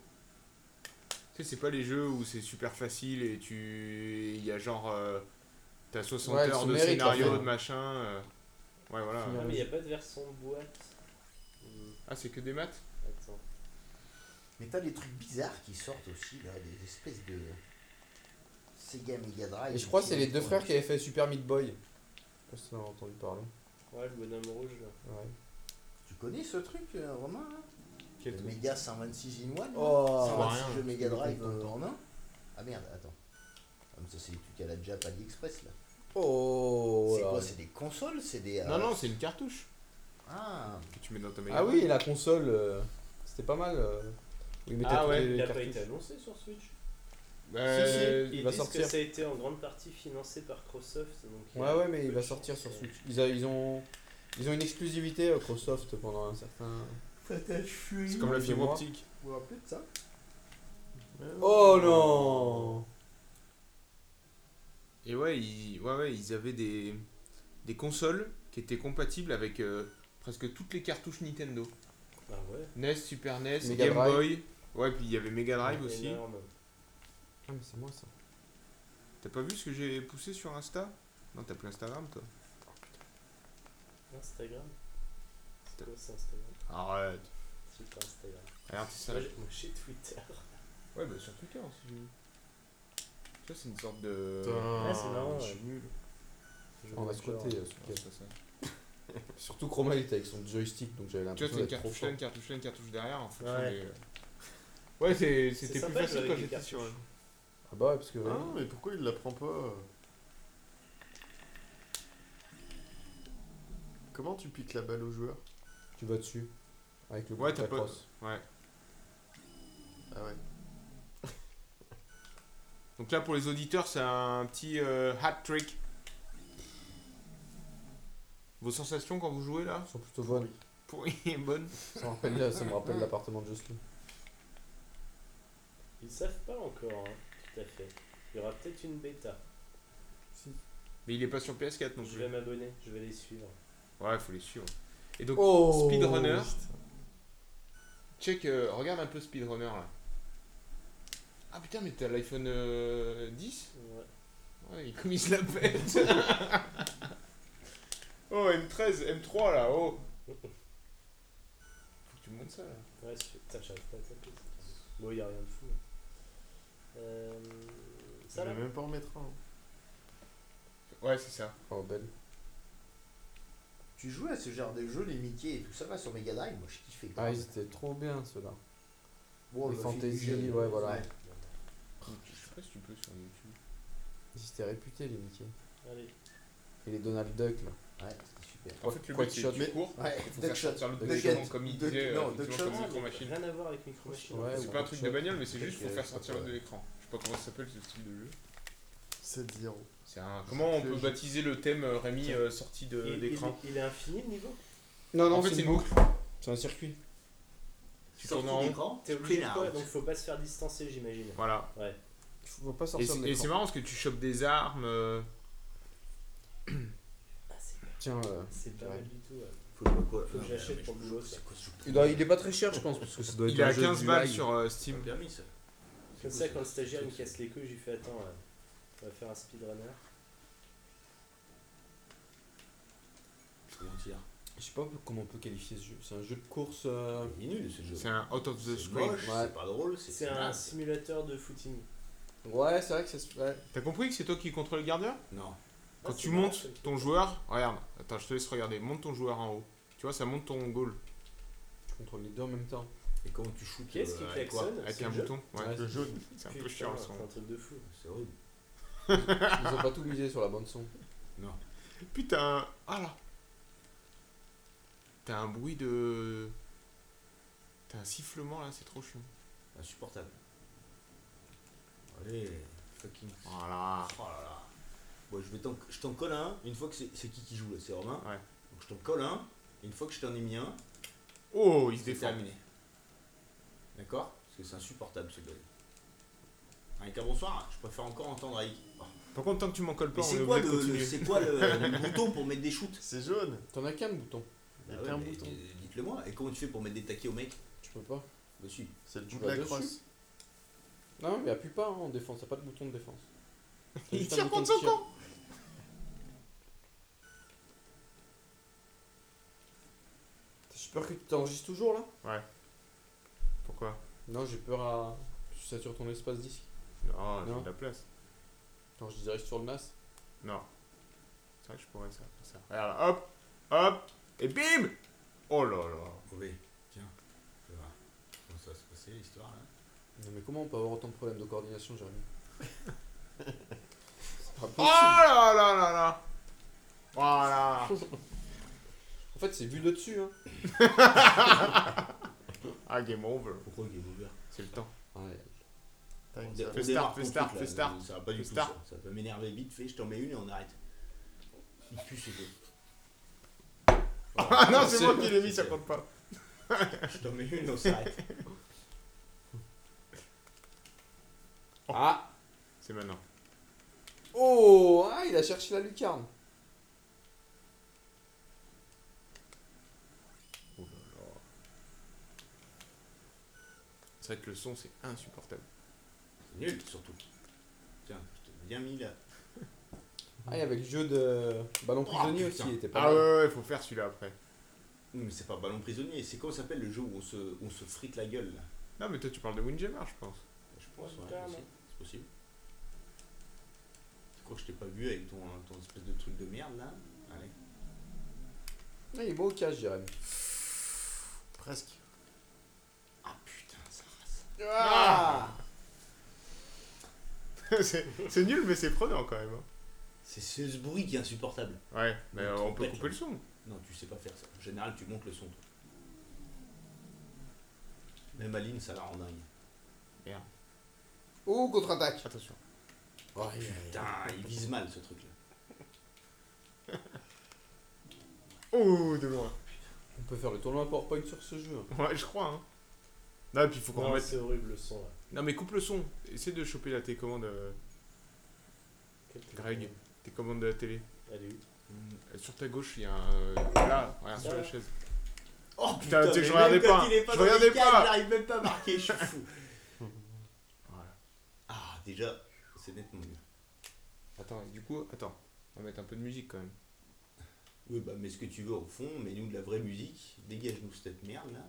Speaker 2: Tu sais, c'est pas les jeux où c'est super facile et tu. Il y a genre. euh, T'as 60
Speaker 1: Ouais,
Speaker 2: heures
Speaker 1: sous
Speaker 2: de
Speaker 1: mérite, en
Speaker 2: scénario,
Speaker 1: fait.
Speaker 2: de machin. euh. Ouais, voilà.
Speaker 1: Sous
Speaker 4: Ah,
Speaker 1: mérite.
Speaker 4: mais y a pas de version boîte. Hmm,
Speaker 2: Ah, c'est que des maths
Speaker 4: Attends.
Speaker 7: Mais t'as des trucs bizarres qui sortent aussi là, des espèces de... Sega Mega Drive.
Speaker 1: Et je crois que c'est les deux frères qui avaient fait Super Meat Boy. Je sais pas si t'en as entendu parler.
Speaker 4: Ouais, le bonhomme rouge là.
Speaker 1: Ouais.
Speaker 7: Tu connais ce truc euh, Romain là
Speaker 2: Quel
Speaker 7: Le
Speaker 2: truc
Speaker 7: Mega 126 in one
Speaker 1: Oh,
Speaker 2: ça va rien.
Speaker 7: jeu Mega Drive
Speaker 1: Content.
Speaker 7: euh, en un Ah merde, attends. Ah, mais ça c'est des trucs à la Jap AliExpress là.
Speaker 1: Oh
Speaker 7: c'est
Speaker 1: là.
Speaker 7: quoi C'est des consoles C'est des. euh,
Speaker 2: Non, non, c'est une cartouche
Speaker 7: Ah
Speaker 2: que tu mets dans ta Mega
Speaker 1: Ah
Speaker 2: Drive.
Speaker 1: oui, la console, euh, c'était pas mal. euh, où ils mettaient
Speaker 2: Ah
Speaker 1: tous
Speaker 2: ouais,
Speaker 1: les
Speaker 4: Il a pas
Speaker 1: cartouches.
Speaker 4: été annoncé sur Switch
Speaker 2: Euh,
Speaker 1: Si, si.
Speaker 4: Ils
Speaker 1: va
Speaker 4: disent que
Speaker 1: sortir.
Speaker 4: ça a été en grande partie financé par Microsoft. Donc il y a
Speaker 1: Ouais, ouais, mais
Speaker 4: peu
Speaker 1: il
Speaker 4: de
Speaker 1: va
Speaker 4: chance,
Speaker 1: sortir sur
Speaker 4: euh,
Speaker 1: Switch. Ils, a- ils ont, ils ont une exclusivité, euh, Microsoft, pendant un certain.
Speaker 2: C'est comme la
Speaker 1: Oui,
Speaker 2: fibre
Speaker 1: moi.
Speaker 2: optique.
Speaker 7: Vous vous rappelez de ça
Speaker 1: Oh
Speaker 4: Ah
Speaker 1: non
Speaker 2: Et ouais, ils, ouais, ouais, ils avaient des, des consoles qui étaient compatibles avec euh, presque toutes les cartouches Nintendo.
Speaker 4: Ah ouais
Speaker 2: NES, Super NES,
Speaker 1: Mega
Speaker 2: Game
Speaker 1: Drive.
Speaker 2: Boy. Ouais, puis il y avait Mega Drive aussi.
Speaker 4: Énorme.
Speaker 1: Ah, mais c'est moi ça.
Speaker 2: T'as pas vu ce que j'ai poussé sur Insta Non, t'as plus Instagram toi.
Speaker 4: Instagram C'est quoi ça Instagram
Speaker 2: Arrête.
Speaker 4: C'est pas Instagram.
Speaker 2: Regarde, c'est ça.
Speaker 4: Moi j'ai- moi, j'ai Twitter.
Speaker 2: Ouais, bah sur Twitter aussi. j'ai vu. Ça, c'est une sorte de.
Speaker 1: Ah,
Speaker 4: Ouais, c'est marrant,
Speaker 6: je suis
Speaker 4: ouais.
Speaker 6: nul.
Speaker 1: On va squatter. euh,
Speaker 2: Ah,
Speaker 1: sur
Speaker 2: c'est
Speaker 1: Cuphead.
Speaker 2: pas ça.
Speaker 1: Surtout Chroma, il était avec son joystick, donc j'avais
Speaker 2: Tu vois,
Speaker 1: l'impression
Speaker 2: t'as une
Speaker 1: d'être trop
Speaker 2: cartouche
Speaker 1: fort.
Speaker 2: là, une cartouche là, une cartouche derrière en fonction
Speaker 4: Ouais.
Speaker 2: des. Ouais, c'est- c'était plus
Speaker 4: sympa de
Speaker 2: facile
Speaker 4: jouer
Speaker 2: quand
Speaker 4: avec des
Speaker 2: j'étais sur.
Speaker 1: Ah bah ouais, parce que.
Speaker 6: Ah non, mais pourquoi il la prend pas euh Comment tu piques la balle au joueur
Speaker 1: Tu vas dessus. Avec le
Speaker 2: Ouais,
Speaker 1: bouton
Speaker 2: t'as pas.
Speaker 1: crosse.
Speaker 2: Ouais.
Speaker 6: Ah ouais.
Speaker 2: Donc là, pour les auditeurs, c'est un petit euh, hat trick. Vos sensations quand vous jouez là
Speaker 1: Elles sont plutôt bonnes.
Speaker 2: Pourri et bonne.
Speaker 1: Ça me rappelle, euh, ça me rappelle l'appartement de Jocelyn.
Speaker 4: Ils savent pas encore, hein, tout à fait. Il y aura peut-être une bêta.
Speaker 2: Mais il est pas sur PS4 non
Speaker 4: je
Speaker 2: plus.
Speaker 4: vais m'abonner, je vais les suivre.
Speaker 2: Ouais, faut les suivre. Et donc,
Speaker 1: Oh
Speaker 2: Speedrunner. check, euh, regarde un peu Speedrunner là. Ah putain, mais t'as l'iPhone euh, 10
Speaker 4: Ouais.
Speaker 2: Ouais, il- comme il se la pète. oh, M13, M3 là, oh. Faut que tu me montes ça là.
Speaker 4: Ouais, c'est fait. Putain, j'arrive pas à taper. Bon, y'a rien de fou. hein. Euh,
Speaker 6: Oh, Je
Speaker 4: ça là
Speaker 6: vais même pas en mettre un.
Speaker 2: Ouais, c'est ça.
Speaker 6: Oh, belle.
Speaker 7: Tu jouais à ce genre de jeu, les Mickey et tout ça, là, sur Mega Drive, moi je kiffais. grave.
Speaker 1: Ah, ils étaient trop bien ceux-là.
Speaker 7: Bon,
Speaker 1: les
Speaker 7: le film
Speaker 1: fantasy,
Speaker 7: du jeu.
Speaker 1: ouais, voilà.
Speaker 2: Je sais pas si tu peux sur YouTube.
Speaker 1: Ils étaient réputés, les Mickey.
Speaker 4: Allez.
Speaker 1: Et les Donald Duck, là.
Speaker 7: Ouais, c'était super.
Speaker 2: En fait, le
Speaker 1: Quack
Speaker 2: mec il
Speaker 1: shot.
Speaker 2: est tout court.
Speaker 7: Ouais,
Speaker 2: Il faut faire
Speaker 7: Duckshot.
Speaker 2: sortir le
Speaker 1: Duck
Speaker 2: document
Speaker 7: shot.
Speaker 2: comme il
Speaker 7: Duck-
Speaker 2: disait,
Speaker 7: non,
Speaker 2: euh,
Speaker 7: Duck
Speaker 2: effectivement,
Speaker 7: shot.
Speaker 2: comme Micro
Speaker 4: Ah,
Speaker 2: Machine.
Speaker 4: Rien à voir avec Micro Machine.
Speaker 1: Ouais,
Speaker 2: C'est
Speaker 1: ou
Speaker 2: pas un
Speaker 1: Quack
Speaker 2: truc
Speaker 1: Shot.
Speaker 2: de bagnole, mais c'est juste pour
Speaker 1: Quack,
Speaker 2: faire
Speaker 1: euh,
Speaker 2: sortir
Speaker 1: ouais.
Speaker 2: de l'écran. Je sais pas comment ça s'appelle ce style de jeu.
Speaker 6: 7-0.
Speaker 2: C'est un. Comment on peut baptiser le thème euh, Rémi euh, sorti de
Speaker 4: Il, il,
Speaker 2: l'écran
Speaker 4: il est infini le niveau
Speaker 1: Non,
Speaker 2: En fait, c'est une boucle.
Speaker 1: C'est un circuit.
Speaker 2: Tu
Speaker 7: Sorti
Speaker 2: tournes en rond.
Speaker 7: d'écran,
Speaker 4: T'es obligé de
Speaker 7: clean
Speaker 4: quoi
Speaker 7: out.
Speaker 4: Donc faut pas se faire distancer, j'imagine.
Speaker 2: Voilà.
Speaker 4: Ouais.
Speaker 1: Faut pas
Speaker 2: Et
Speaker 1: sortir de
Speaker 2: c'est- Et c'est
Speaker 1: l'écran.
Speaker 2: marrant parce que tu chopes des armes. euh,
Speaker 4: Ah, c'est
Speaker 1: Tiens, euh,
Speaker 4: c'est pas
Speaker 1: Ouais.
Speaker 4: mal du tout. ouais.
Speaker 7: Faut que je me colle.
Speaker 4: Faut que
Speaker 7: Non,
Speaker 4: j'achète
Speaker 7: mais
Speaker 4: pour le jeu. ça.
Speaker 7: c'est quoi ce jeu
Speaker 1: il, doit- il est pas très cher, je pense, parce que ça doit être
Speaker 2: Il est
Speaker 1: un
Speaker 2: à
Speaker 1: jeu
Speaker 2: 15
Speaker 1: du
Speaker 2: balles
Speaker 1: live.
Speaker 2: sur euh, Steam.
Speaker 7: Permis, ça.
Speaker 4: Comme ça, quand le stagiaire il me casse les couilles, j'ai fait Attends, euh, on va faire un speedrunner.
Speaker 7: Comment dire
Speaker 1: Je sais pas comment on peut qualifier ce jeu. C'est un jeu de course. euh,
Speaker 7: Il est nul ce jeu.
Speaker 2: C'est un out of the
Speaker 7: C'est
Speaker 2: screen.
Speaker 7: moche,
Speaker 1: Ouais.
Speaker 7: c'est pas drôle,
Speaker 4: C'est
Speaker 7: c'est
Speaker 4: un
Speaker 7: naze.
Speaker 4: simulateur de footing.
Speaker 1: Ouais, c'est vrai que ça se. Ouais.
Speaker 2: T'as compris que c'est toi qui contrôle le gardien
Speaker 7: Non.
Speaker 2: Quand
Speaker 4: Ah,
Speaker 2: tu
Speaker 4: c'est marrant,
Speaker 2: montes
Speaker 4: ça, le truc.
Speaker 2: ton joueur, regarde, attends, je te laisse regarder. Monte ton joueur en haut. Tu vois, ça monte ton goal
Speaker 1: Tu contrôles les deux en même temps.
Speaker 7: Et comment tu shootes
Speaker 4: Qu'est-ce qui
Speaker 7: euh, avec quoi
Speaker 4: klaxonne
Speaker 2: avec
Speaker 4: C'est
Speaker 2: un
Speaker 4: le jeu
Speaker 2: bouton. Ouais,
Speaker 1: Ouais, c'est-
Speaker 2: c'est un
Speaker 4: Putain,
Speaker 2: peu chiant le son.
Speaker 4: C'est un truc de fou.
Speaker 7: C'est horrible.
Speaker 1: Ils ont pas tout misé sur la bande son.
Speaker 2: Putain, ah là. T'as un bruit de. T'as un sifflement là, c'est trop chiant.
Speaker 7: Insupportable. Allez, fucking.
Speaker 2: Voilà.
Speaker 7: Oh là là. Bon, je vais t'en- je t'en colle un. Une fois que c'est c'est qui qui joue là C'est Romain
Speaker 2: Ouais.
Speaker 7: Donc je t'en colle un. et Une fois que je t'en ai mis un,
Speaker 2: Oh, il se
Speaker 7: c'est
Speaker 2: déforme.
Speaker 7: terminé. D'accord Parce que c'est insupportable ce gars. Avec un bonsoir, je préfère encore entendre Ike. Oh.
Speaker 2: Par contre, tant que tu m'en colles pas,
Speaker 7: Mais
Speaker 2: on est
Speaker 7: c'est quoi,
Speaker 2: obligé de
Speaker 7: le, le-
Speaker 2: continuer.
Speaker 7: c'est quoi le, le bouton pour mettre des shoots
Speaker 6: C'est jaune.
Speaker 1: T'en as qu'un bouton.
Speaker 6: Il y a
Speaker 7: Bah ouais,
Speaker 6: qu'un
Speaker 7: mais
Speaker 6: bouton.
Speaker 7: d- Dites-le moi. Et comment tu fais pour mettre des taquets au mec Bah
Speaker 1: Tu peux pas.
Speaker 7: dessus
Speaker 6: C'est le
Speaker 1: Tu
Speaker 6: bout de la
Speaker 1: vas dessus.
Speaker 6: crosse.
Speaker 1: Non, mais appuie pas hein, en défense. T'as pas de bouton de défense. T'as
Speaker 2: Il
Speaker 1: juste un
Speaker 2: tire
Speaker 1: bouton
Speaker 2: contre
Speaker 1: de
Speaker 2: son
Speaker 1: tir.
Speaker 2: camp
Speaker 1: J'ai peur que tu t'enregistres toujours là
Speaker 2: Pourquoi
Speaker 1: Non, j'ai peur à. Tu satures ton espace disque.
Speaker 2: Non, j'ai
Speaker 1: Non.
Speaker 2: de la place.
Speaker 1: Quand je dirige sur le NAS.
Speaker 2: Non. C'est vrai que je pourrais ça, faire ça. Regarde, hop, hop, et bim Oh là là.
Speaker 7: Mauvais. Tiens. Ça va. Comment ça va se passer l'histoire là
Speaker 1: Non, mais comment on peut avoir autant de problèmes de coordination, Jérémy C'est pas
Speaker 2: Oh
Speaker 1: possible.
Speaker 2: là là là là Voilà
Speaker 1: en fait, c'est vu de dessus. Hein.
Speaker 2: Ah, game over.
Speaker 7: Pourquoi il est ouvert
Speaker 2: C'est le temps.
Speaker 1: Ouais.
Speaker 6: T'as une
Speaker 7: On
Speaker 6: salle.
Speaker 7: démarre
Speaker 2: start,
Speaker 7: ton
Speaker 2: fais start,
Speaker 7: truc,
Speaker 2: fais
Speaker 7: là.
Speaker 2: start.
Speaker 7: Ça va pas du
Speaker 2: Fais
Speaker 7: tout.
Speaker 2: start.
Speaker 7: Ça, ça peut m'énerver vite fait, je t'en mets une et on arrête. Il pue ce jeu.
Speaker 2: Ah non, c'est
Speaker 1: C'est-
Speaker 2: moi qui l'ai mis, ça compte pas.
Speaker 7: Je t'en mets une et on s'arrête.
Speaker 1: Ah
Speaker 2: C'est maintenant.
Speaker 1: Oh Ah, il a cherché la lucarne.
Speaker 2: Oh là là. C'est vrai que le son, c'est insupportable.
Speaker 7: C'est Nul surtout. Tiens, je t'ai bien mis là.
Speaker 1: Ah, il y avait le jeu de ballon
Speaker 7: Oh,
Speaker 1: prisonnier aussi.
Speaker 7: putain.
Speaker 1: Il était pas
Speaker 2: Ah ouais,
Speaker 1: mal.
Speaker 2: ouais, ouais, faut faire celui-là après.
Speaker 7: Non, mais c'est pas ballon prisonnier, c'est comment ça s'appelle le jeu où on se, où on se frite la gueule là
Speaker 2: Non, mais toi, tu parles de Windjammer, je pense.
Speaker 7: Je pense, ouais,
Speaker 4: Windjammer.
Speaker 7: possible. c'est possible. Je crois que je t'ai pas vu avec ton, ton espèce de truc de merde là. Allez.
Speaker 1: Ah, il est beau au cache, Jérémy.
Speaker 6: Presque.
Speaker 7: Ah putain, ça rase.
Speaker 2: Ah c'est c'est nul, mais c'est prenant quand même. hein.
Speaker 7: C'est ce ce bruit qui est insupportable.
Speaker 2: Ouais, mais
Speaker 7: Une
Speaker 2: euh, on peut
Speaker 7: trompette,
Speaker 2: couper le son.
Speaker 7: Non, tu sais pas faire ça. En général, tu montes le son. toi. Même Aline, ça la rend dingue.
Speaker 1: Oh, contre-attaque
Speaker 2: Attention.
Speaker 1: Oh, il est-
Speaker 7: Putain, il vise mal ce truc-là.
Speaker 2: Oh, de loin.
Speaker 1: On peut faire le tournoi PowerPoint sur ce jeu.
Speaker 2: Ouais, je crois. Hein. Non, et puis faut qu'on
Speaker 4: Non,
Speaker 2: remette.
Speaker 4: c'est horrible le son. là.
Speaker 2: Non, mais coupe le son. Essaie de choper la télécommande, euh,
Speaker 4: Quel truc.
Speaker 2: Greg. Tes commandes de la télé.
Speaker 4: Elle est où
Speaker 2: Euh, Sur ta gauche, il y a un. euh, Là, regarde sur la chaise.
Speaker 7: Oh
Speaker 2: Putain, tu sais que
Speaker 7: mais
Speaker 2: je regardais
Speaker 7: même quand
Speaker 2: pas.
Speaker 7: il est pas
Speaker 2: Je
Speaker 7: dans les
Speaker 2: regardais
Speaker 7: cages,
Speaker 2: pas.
Speaker 7: J'arrive même pas à marquer, je suis fou.
Speaker 2: Voilà.
Speaker 7: Ah, déjà, c'est nettement mieux.
Speaker 2: Attends, et du coup, attends. On va mettre un peu de musique quand même.
Speaker 7: Oui, bah, mais ce que tu veux au fond, mets-nous de la vraie musique, dégage-nous cette merde là.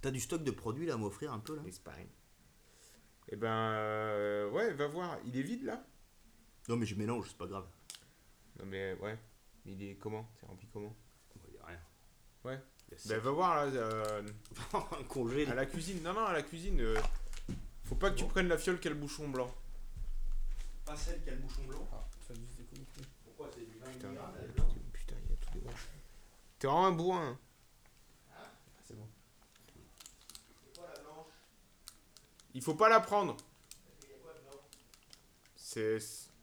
Speaker 7: T'as du stock de produits là à m'offrir un peu là
Speaker 2: L'Espagne. Eh ben, euh, ouais, va voir. Il est vide là
Speaker 7: Non, mais je mélange, c'est pas grave.
Speaker 2: Non mais ouais. Mais Il est comment C'est rempli comment
Speaker 7: Il y a rien.
Speaker 2: Ouais.
Speaker 7: Y a
Speaker 2: Ben
Speaker 7: ça.
Speaker 2: va voir là, euh,
Speaker 7: un congé.
Speaker 2: à la cuisine. Non non, à la cuisine. euh, faut pas que tu prennes la fiole qui a le bouchon blanc.
Speaker 7: Pas celle qui a le bouchon blanc.
Speaker 2: Ah,
Speaker 7: Pourquoi c'est du vin
Speaker 2: Putain, il y a tout des- putain, il y a tout des branches. T'es vraiment un bourrin. hein.
Speaker 8: C'est bon.
Speaker 2: Il faut pas la prendre. C'est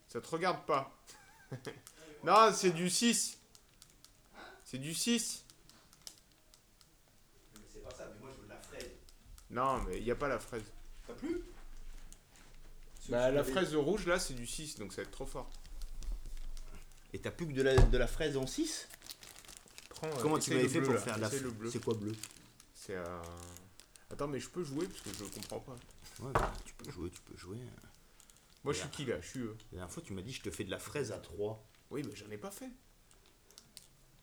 Speaker 2: ça te regarde pas.
Speaker 7: Ah,
Speaker 2: non, c'est du 6.
Speaker 7: Hein
Speaker 2: C'est du 6.
Speaker 7: C'est pas ça, Ah, mais moi je veux de la fraise.
Speaker 2: Non, mais il y a pas la fraise.
Speaker 7: T'as plus
Speaker 2: Bah la fraise rouge là, c'est du 6 donc ça va être trop fort.
Speaker 7: Et t'as plus que de la, de la fraise en 6
Speaker 2: Prends, euh,
Speaker 7: Comment tu
Speaker 2: essaye
Speaker 7: m'avais
Speaker 2: le
Speaker 7: fait
Speaker 2: bleu,
Speaker 7: pour
Speaker 2: là.
Speaker 7: faire de la
Speaker 2: Essaye le
Speaker 7: fraise
Speaker 2: bleu.
Speaker 7: C'est quoi bleu
Speaker 2: C'est euh, Attends, mais je peux jouer parce que je comprends pas.
Speaker 7: Ouais, bah, tu peux jouer, tu peux jouer.
Speaker 2: Moi, je suis qui là Je suis euh, eux.
Speaker 7: La dernière fois, tu m'as dit je te fais de la fraise à 3.
Speaker 2: Oui, mais j'en ai pas fait.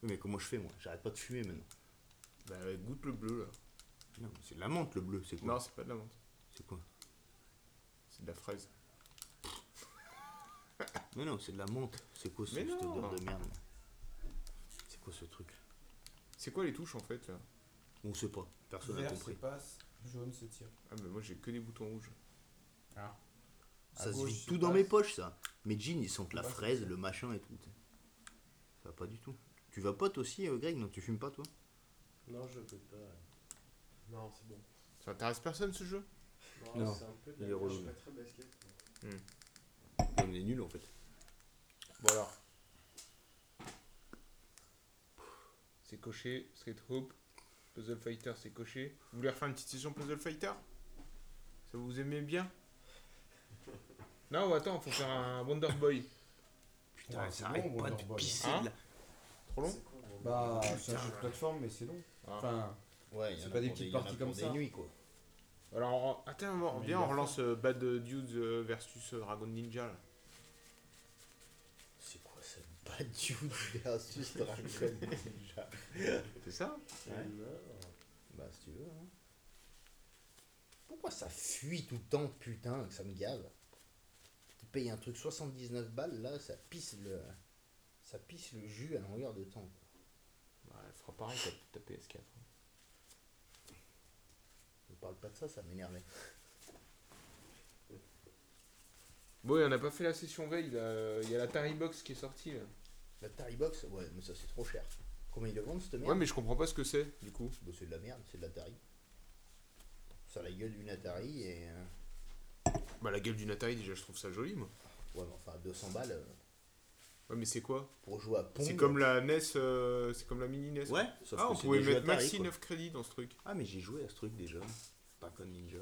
Speaker 7: Oui, mais comment je fais moi J'arrête pas de fumer maintenant.
Speaker 2: Bah goûte le bleu là.
Speaker 7: Non, mais c'est de la menthe le bleu, c'est quoi
Speaker 2: Non, c'est pas de la menthe.
Speaker 7: C'est quoi
Speaker 2: C'est de la fraise.
Speaker 7: Mais non, c'est de la menthe. C'est quoi ce-
Speaker 2: Mais
Speaker 7: cette
Speaker 2: non.
Speaker 7: odeur de merde C'est quoi ce truc
Speaker 2: C'est quoi les touches en fait là
Speaker 7: On sait pas. Personne n'a
Speaker 8: Vert,
Speaker 7: compris.
Speaker 8: c'est passe. Jaune, c'est tir.
Speaker 2: Ah, mais moi j'ai que des boutons rouges.
Speaker 8: À
Speaker 7: Ça se
Speaker 8: gauche,
Speaker 7: vide
Speaker 8: c'est
Speaker 7: tout dans
Speaker 8: passe.
Speaker 7: mes poches, ça. Mes jeans, ils sentent la
Speaker 8: Passe.
Speaker 7: fraise, le machin et tout. tu sais. Ça va pas du tout. Tu vas pas toi aussi, euh, Greg Non, tu fumes pas toi
Speaker 4: Non, je peux pas.
Speaker 8: Non, c'est bon.
Speaker 2: Ça intéresse personne ce jeu
Speaker 1: Non.
Speaker 4: c'est un peu de
Speaker 7: Il est
Speaker 4: la merde.
Speaker 7: relou.
Speaker 4: Je
Speaker 8: très basket.
Speaker 7: On est nul en fait.
Speaker 2: Bon alors. C'est coché, Street Hoop, Puzzle Fighter c'est coché. Vous voulez refaire une petite session Puzzle Fighter Ça vous aimez bien Non, ou attends, faut faire un Wonder Boy.
Speaker 7: Putain,
Speaker 8: Ouais, c'est
Speaker 7: ça arrête
Speaker 8: bon,
Speaker 7: pas
Speaker 8: Wonder
Speaker 7: de
Speaker 8: Boy.
Speaker 7: pisser
Speaker 2: Hein
Speaker 7: de la-
Speaker 2: Trop long
Speaker 8: Bah, c'est un jeu de plateforme, mais c'est long.
Speaker 2: Ah.
Speaker 8: Enfin,
Speaker 7: Ouais,
Speaker 8: C'est
Speaker 7: y en a
Speaker 8: pas des
Speaker 7: pour
Speaker 8: petites
Speaker 7: y en a
Speaker 8: parties
Speaker 7: pour
Speaker 8: comme ça.
Speaker 7: Des nuits quoi.
Speaker 2: Alors, on- attends, on-
Speaker 8: Mais
Speaker 2: viens,
Speaker 8: il
Speaker 2: on
Speaker 8: a
Speaker 2: relance euh, Bad Dudes euh, versus euh, Dragon Ninja. là.
Speaker 7: C'est quoi cette bad dude versus Dragon Ninja
Speaker 2: C'est ça
Speaker 7: Ouais.
Speaker 4: euh,
Speaker 7: Bah si tu veux. hein. Pourquoi ça fuit tout le temps, putain, que ça me gave payes un truc 79 balles, là, ça pisse le, ça pisse le jus à longueur de temps.
Speaker 2: Bah, elle fera pareil, ta, ta PS4.
Speaker 7: On parle pas de ça, ça m'énervait.
Speaker 2: Bon, et on n'a pas fait la session veille, là. il y a la Tari Box qui est sortie. Là.
Speaker 7: La Tari Box, ouais, mais ça c'est trop cher. Combien ils le vendent cette merde
Speaker 2: Ouais, mais je comprends pas ce que c'est, du coup.
Speaker 7: Bah, c'est de la merde, c'est de l'Atari. Ça a la gueule d'une Atari et. euh,
Speaker 2: Bah, la gueule d'une Atari, déjà, je trouve ça joli, moi.
Speaker 7: Ouais, mais enfin, 200 balles euh,
Speaker 2: Ouais, mais c'est quoi
Speaker 7: pour jouer à Pong.
Speaker 2: C'est comme la NES, euh, c'est comme la mini NES.
Speaker 7: Ouais, sauf
Speaker 2: ah,
Speaker 7: que
Speaker 2: on
Speaker 7: c'est
Speaker 2: pouvait
Speaker 7: des jeux
Speaker 2: mettre
Speaker 7: Atari,
Speaker 2: maxi
Speaker 7: quoi.
Speaker 2: 9 crédits dans ce truc.
Speaker 7: Ah, mais j'ai joué à ce truc déjà. Pas comme Ninja.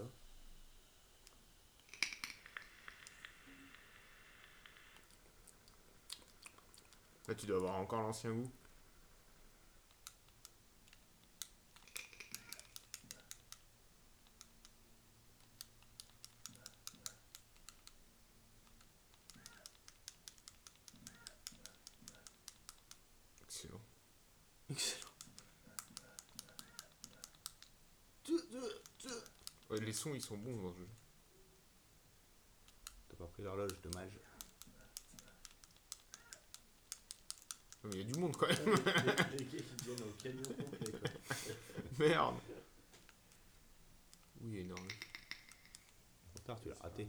Speaker 2: Là, tu dois avoir encore l'ancien goût. Excellent. Ouais, les sons, ils sont bons dans ce jeu.
Speaker 7: T'as pas pris l'horloge, dommage.
Speaker 2: Ouais, mais il y a du monde quand même.
Speaker 4: Les gars, ils viennent en camion complet, quoi.
Speaker 2: Merde. Oui, énorme.
Speaker 7: Tard, tu l'as raté.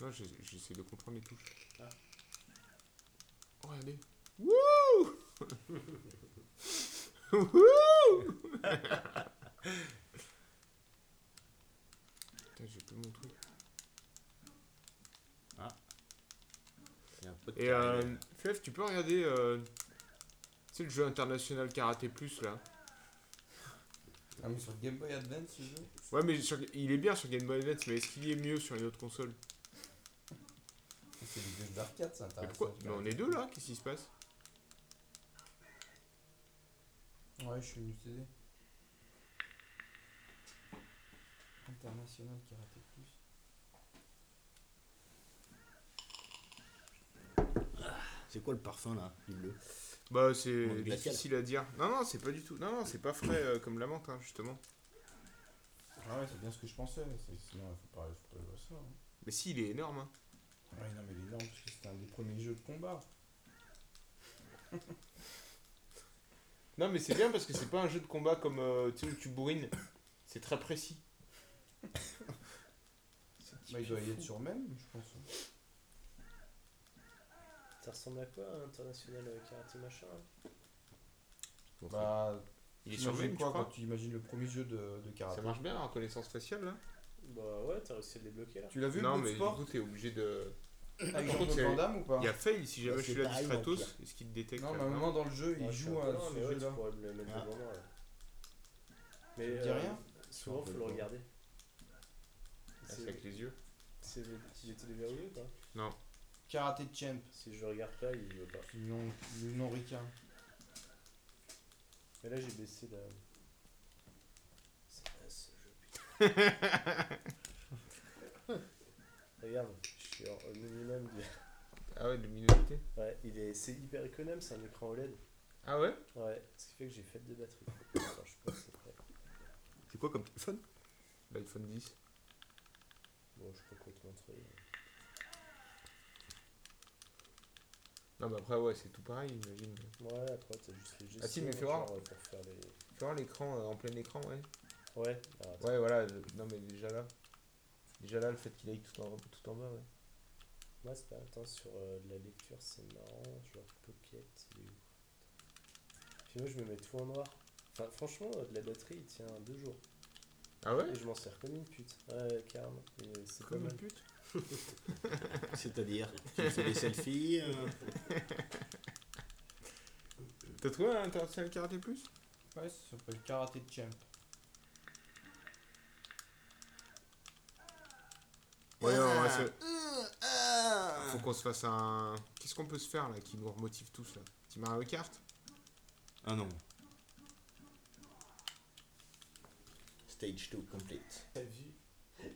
Speaker 2: Là, j'ai- j'essaie de comprendre les touches.
Speaker 4: Ah.
Speaker 2: Oh, regardez. Wouh Wouh Putain, j'ai plus mon truc.
Speaker 7: Ah. C'est un peu de
Speaker 2: Et
Speaker 7: carré,
Speaker 2: euh,
Speaker 7: là.
Speaker 2: Fef, tu peux regarder. euh, tu sais, le jeu international Karaté Plus là.
Speaker 8: Ah, mais sur Game Boy Advance, ce jeu
Speaker 2: Ouais, mais sur- il est bien sur Game Boy Advance, mais est-ce qu'il est mieux sur une autre console
Speaker 8: C'est des jeux d'arcade, c'est
Speaker 2: Mais
Speaker 8: intéressant.
Speaker 2: pourquoi Mais on est deux là Qu'est-ce qui se passe
Speaker 8: Ouais, je suis venu t'aider. International Karaté Plus.
Speaker 7: C'est quoi le parfum là Du bleu.
Speaker 2: Bah, c'est
Speaker 7: Manque glacial.
Speaker 2: difficile à dire. Non, non, c'est pas du tout. Non, non, c'est pas frais euh, comme la menthe, hein, justement.
Speaker 8: Ah ouais, c'est bien ce que je pensais. c'est- Sinon, il faut pas, faut pas jouer à ça. hein.
Speaker 2: Mais si, il est énorme. Hein.
Speaker 8: Ouais, non, mais il est énorme parce que c'était un des premiers jeux de combat.
Speaker 2: Non, mais c'est bien parce que c'est pas un jeu de combat comme euh, tu sais où tu bourrines. C'est très précis.
Speaker 8: Bah, il doit y être sur même, je pense.
Speaker 4: Ça ressemble à quoi, un international euh, karaté machin hein
Speaker 8: Bah,
Speaker 2: Il est sur
Speaker 8: t'imagines
Speaker 2: même,
Speaker 8: quoi
Speaker 2: quoi,
Speaker 8: quand tu imagines le premier jeu de, de
Speaker 2: Ça
Speaker 8: karaté
Speaker 2: marche bien la reconnaissance faciale là
Speaker 4: Bah ouais, t'as réussi à le débloquer là.
Speaker 8: Tu l'as vu,
Speaker 2: Non,
Speaker 8: le
Speaker 2: mais
Speaker 8: mais
Speaker 2: du
Speaker 8: sport
Speaker 2: coup, t'es obligé de.
Speaker 8: Avec
Speaker 2: Par
Speaker 8: Jean-Claude
Speaker 2: contre, il y a-
Speaker 8: Van Damme ou pas
Speaker 2: Il y a fail si jamais
Speaker 7: Bah,
Speaker 2: je suis
Speaker 7: c'est
Speaker 2: là du
Speaker 7: pareil, mon
Speaker 2: Stratos.
Speaker 7: pire.
Speaker 2: Est-ce qu'il te détecte
Speaker 8: Non, mais
Speaker 2: là,
Speaker 8: à un
Speaker 2: non
Speaker 8: moment dans le jeu,
Speaker 4: Ouais,
Speaker 8: il
Speaker 4: je
Speaker 8: joue
Speaker 4: suis un peu-
Speaker 8: à
Speaker 4: non,
Speaker 8: ce
Speaker 4: mais ouais,
Speaker 8: jeu-là.
Speaker 4: Tu pourrais me le mettre
Speaker 7: Ah.
Speaker 4: devant moi là.
Speaker 8: Tu
Speaker 4: Mais
Speaker 8: me dis
Speaker 4: euh,
Speaker 8: rien
Speaker 4: souvent, faut le regarder.
Speaker 2: Ah,
Speaker 4: C'est-
Speaker 2: C'est avec les yeux.
Speaker 4: c'est- Il était déverrouillé ou pas
Speaker 8: Karaté Champ.
Speaker 4: Si je le regarde pas, il veut pas.
Speaker 8: Non, non Ricard.
Speaker 4: Mais là, j'ai baissé la. C'est pas ce jeu, putain. Regarde, je suis en- au minimum du.
Speaker 2: Ah ouais, de minorité.
Speaker 4: Ouais, il est, c'est hyper économe, c'est un écran OLED.
Speaker 2: Ah ouais
Speaker 4: Ouais, ce qui fait que j'ai fait de batterie. Attends, je pense que c'est prêt.
Speaker 7: C'est quoi comme téléphone
Speaker 2: L'iPhone 10.
Speaker 4: Bon, je peux te montrer.
Speaker 2: Non, mais après, ouais, c'est tout pareil, j'imagine.
Speaker 4: Ouais, après, t'as juste les gestes.
Speaker 2: Ah si, mais fais voir.
Speaker 4: hein, Pour faire les...
Speaker 2: Tu vois l'écran euh, en plein écran, ouais.
Speaker 4: Ouais, alors, attends.
Speaker 2: Ouais, voilà. le- Non, mais déjà là. Déjà là, le fait qu'il aille tout en, tout en bas, ouais.
Speaker 4: Moi, c'est pas attends, sur euh, la lecture, c'est marrant. Genre, pocket, il est où Puis moi, je me mets tout en noir. Enfin, franchement, euh, de la batterie, il tient deux jours.
Speaker 2: Ah ouais
Speaker 4: Et je m'en sers comme une pute. Ouais, carrément. Et, euh, c'est pas
Speaker 2: Comme
Speaker 4: mal.
Speaker 2: une pute.
Speaker 7: C'est-à-dire Tu fais des selfies euh,
Speaker 2: T'as trouvé un international karaté plus
Speaker 8: Ouais, ça s'appelle Karaté Champ.
Speaker 2: Ouais, on va se- Faut qu'on se fasse un. Qu'est-ce qu'on peut se faire là qui nous remotive tous là Petit Mario Kart
Speaker 7: Ah non. Stage 2 complete.
Speaker 4: T'as vu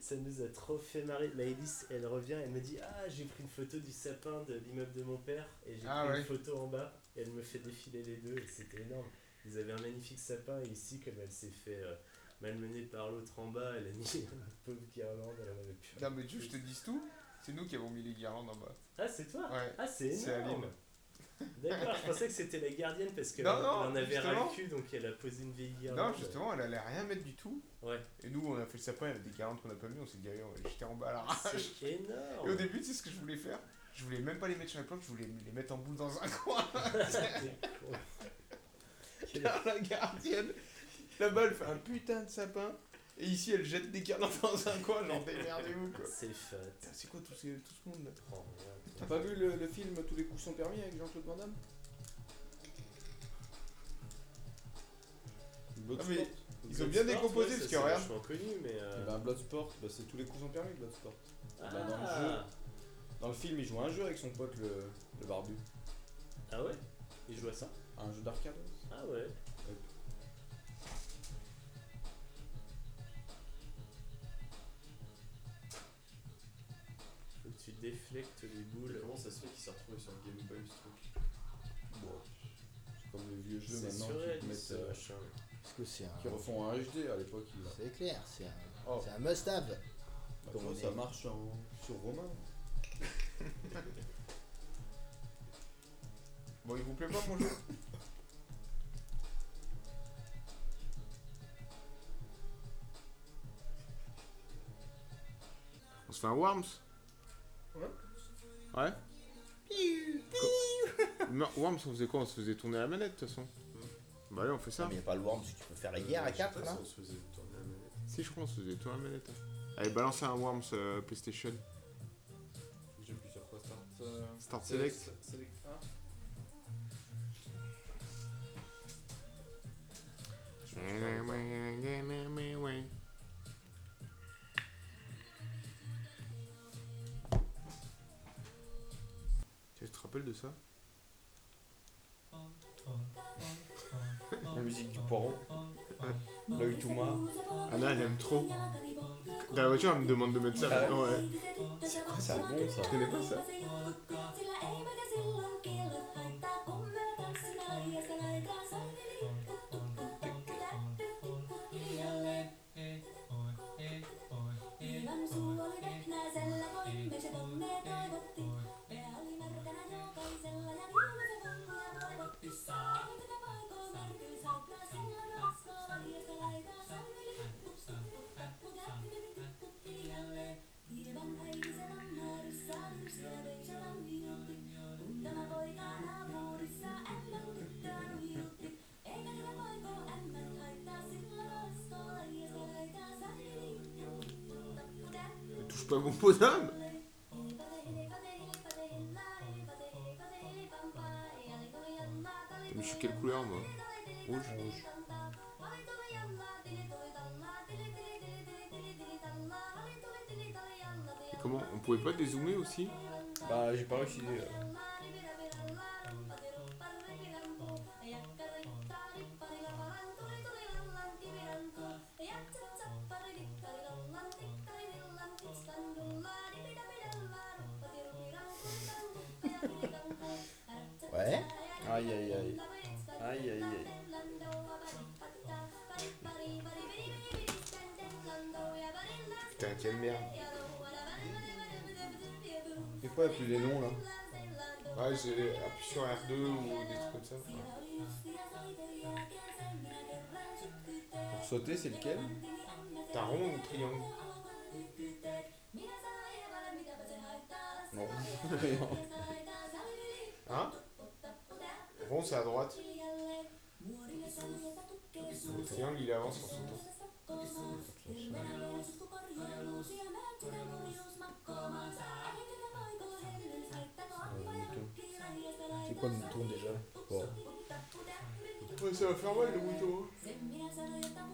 Speaker 4: Ça nous a trop fait marrer. Maëlys, elle revient, elle me dit Ah, j'ai pris une photo du sapin de l'immeuble de mon père et j'ai
Speaker 2: Ah
Speaker 4: pris
Speaker 2: ouais.
Speaker 4: une photo en bas. Et elle me fait défiler les deux et c'était énorme. Ils avaient un magnifique sapin et ici, comme elle s'est fait euh, malmenée par l'autre en bas, elle a mis un pauvre guirlande, elle en avait plus.
Speaker 2: Non, mais tu veux que je te dise tout C'est nous qui avons mis les guirlandes en bas.
Speaker 4: Ah, c'est toi
Speaker 2: Ouais.
Speaker 4: Ah, c'est
Speaker 2: C'est
Speaker 4: énorme D'accord, je pensais que c'était la gardienne parce qu'elle
Speaker 2: Non,
Speaker 4: elle
Speaker 2: non,
Speaker 4: en avait ras
Speaker 2: justement.
Speaker 4: le cul, donc elle a posé une vieille guirlande.
Speaker 2: Non, justement, elle allait rien mettre du tout.
Speaker 4: Ouais,
Speaker 2: Et nous, on a fait le sapin, il y avait des guirlandes qu'on a pas mis, on s'est garé, on les jetait en bas à la rage.
Speaker 4: c'est énorme
Speaker 2: Et au début, tu sais ce que je voulais faire Je voulais même pas les mettre sur la planche, je voulais les mettre en boule dans un coin.
Speaker 4: T'es con. Quel-
Speaker 2: Car la gardienne, là-bas, elle fait un putain de sapin. Et ici, elle jette des guirlandes dans un coin, genre démerdez-vous quoi.
Speaker 4: C'est fat.
Speaker 2: Putain, c'est quoi tout, ces- tout ce monde là
Speaker 4: Oh, merde.
Speaker 8: T'as pas vu le, le film Tous les coups sont permis avec Jean-Claude Van Damme Bloodsport.
Speaker 2: mais-
Speaker 8: Eh
Speaker 2: Ils ont bien
Speaker 4: Bloodsport,
Speaker 2: décomposé, parce
Speaker 4: ouais, ça,
Speaker 2: que
Speaker 4: c'est
Speaker 2: regarde.
Speaker 4: vachement connu, mais. euh,
Speaker 8: ben, Bloodsport, bah, c'est tous les coups sont permis Bloodsport.
Speaker 4: ah.
Speaker 8: bah, dans le jeu. Dans le film, il joue à un jeu avec son pote le, le barbu.
Speaker 4: Ah ouais Il joue à ça
Speaker 8: À Un jeu d'arcade.
Speaker 4: Ah ouais Faut que tu déflectes les boules.
Speaker 9: Comment ça se fait qu'il s'est retrouvé sur le Game Boy ce truc
Speaker 8: Bon, c'est comme les vieux jeux
Speaker 4: C'est
Speaker 8: maintenant qui, te
Speaker 4: surréaliste
Speaker 8: mettent,
Speaker 4: ce
Speaker 8: euh,
Speaker 4: machin.
Speaker 9: Parce que c'est
Speaker 8: qui
Speaker 9: un.
Speaker 8: refont un HD à l'époque. Ils...
Speaker 9: C'est clair, c'est un,
Speaker 8: Oh.
Speaker 9: c'est un must-have.
Speaker 8: Bah, comment ça marche en- sur Romain
Speaker 2: Bon, il vous plaît pas mon jeu
Speaker 3: On se fait un Worms Ouais Ouais Non, Worms, on faisait quoi On se faisait tourner la manette, de toute façon. Bah allez, on fait
Speaker 7: Non,
Speaker 3: ça.
Speaker 7: mais y a pas le Worms, tu peux
Speaker 2: Euh,
Speaker 7: faire la guerre à 4
Speaker 1: hein.
Speaker 7: là.
Speaker 3: Si, je crois, on se faisait tourner la manette. hein. Allez, balancez un Worms euh, PlayStation.
Speaker 9: J'ai plus sur quoi start. euh,
Speaker 3: Start Select.
Speaker 9: Select
Speaker 3: Tu te rappelles de ça
Speaker 8: La musique du poireau. L'œil tout noir.
Speaker 3: Anna, Ah elle aime trop. Dans la voiture, elle me demande de mettre ça.
Speaker 8: Ah
Speaker 3: maintenant, ouais.
Speaker 8: C'est bon ça.
Speaker 3: Je connais pas ça. Ah, Ne touche pas mon bonhomme Mais je suis quelle couleur, moi Rouge Rouge. Et comment On pouvait pas dézoomer aussi
Speaker 8: Bah, j'ai pas réussi. euh.
Speaker 7: Ouais.
Speaker 8: Aïe aïe aïe. Aïe aïe aïe.
Speaker 2: Putain, quelle merde.
Speaker 8: C'est quoi plus les noms là
Speaker 2: Ouais, j'ai appuyé sur R2 ou des trucs comme ça.
Speaker 8: Pour sauter, c'est lequel
Speaker 2: T'as rond ou triangle
Speaker 8: Non.
Speaker 2: Hein Rond, c'est à droite. Le triangle, il avance en sautant.
Speaker 9: C'est quoi le mouton déjà
Speaker 10: Ah,
Speaker 9: Bon.
Speaker 2: Ouais, ça va faire mal le mouton. hein.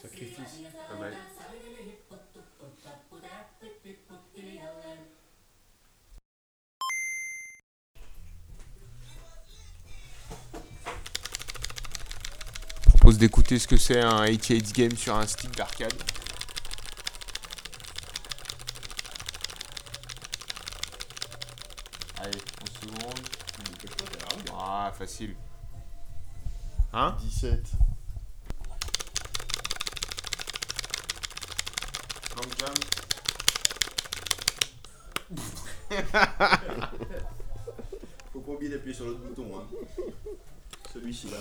Speaker 8: Sacrifice.
Speaker 2: Pas mal. propose d'écouter ce que c'est un 88 game sur un stick d'arcade.
Speaker 7: Allez, 11 secondes.
Speaker 3: Ah, facile. Hein
Speaker 6: 17.
Speaker 3: Long jump.
Speaker 7: Faut combien d'appuyer sur l'autre bouton, hein. Celui-ci là.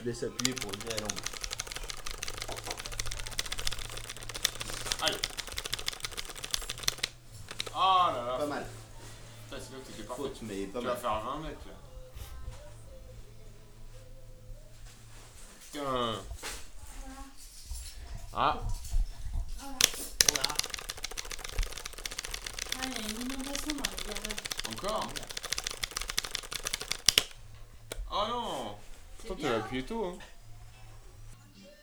Speaker 7: Je laisse appuyer pour le dire à l'angle.
Speaker 3: Oh là là.
Speaker 7: Pas mal.
Speaker 3: Putain, c'est là que t'étais parfait.
Speaker 7: Faute, mais pas
Speaker 3: Tu vas
Speaker 7: mal.
Speaker 3: faire 20 mètres là. Putain. Ah,
Speaker 10: Ah, il y a une inondation dans le garage.
Speaker 3: encore Oh non
Speaker 10: C'est
Speaker 3: Pourtant, t'as
Speaker 10: bien.
Speaker 3: appuyé tôt, hein.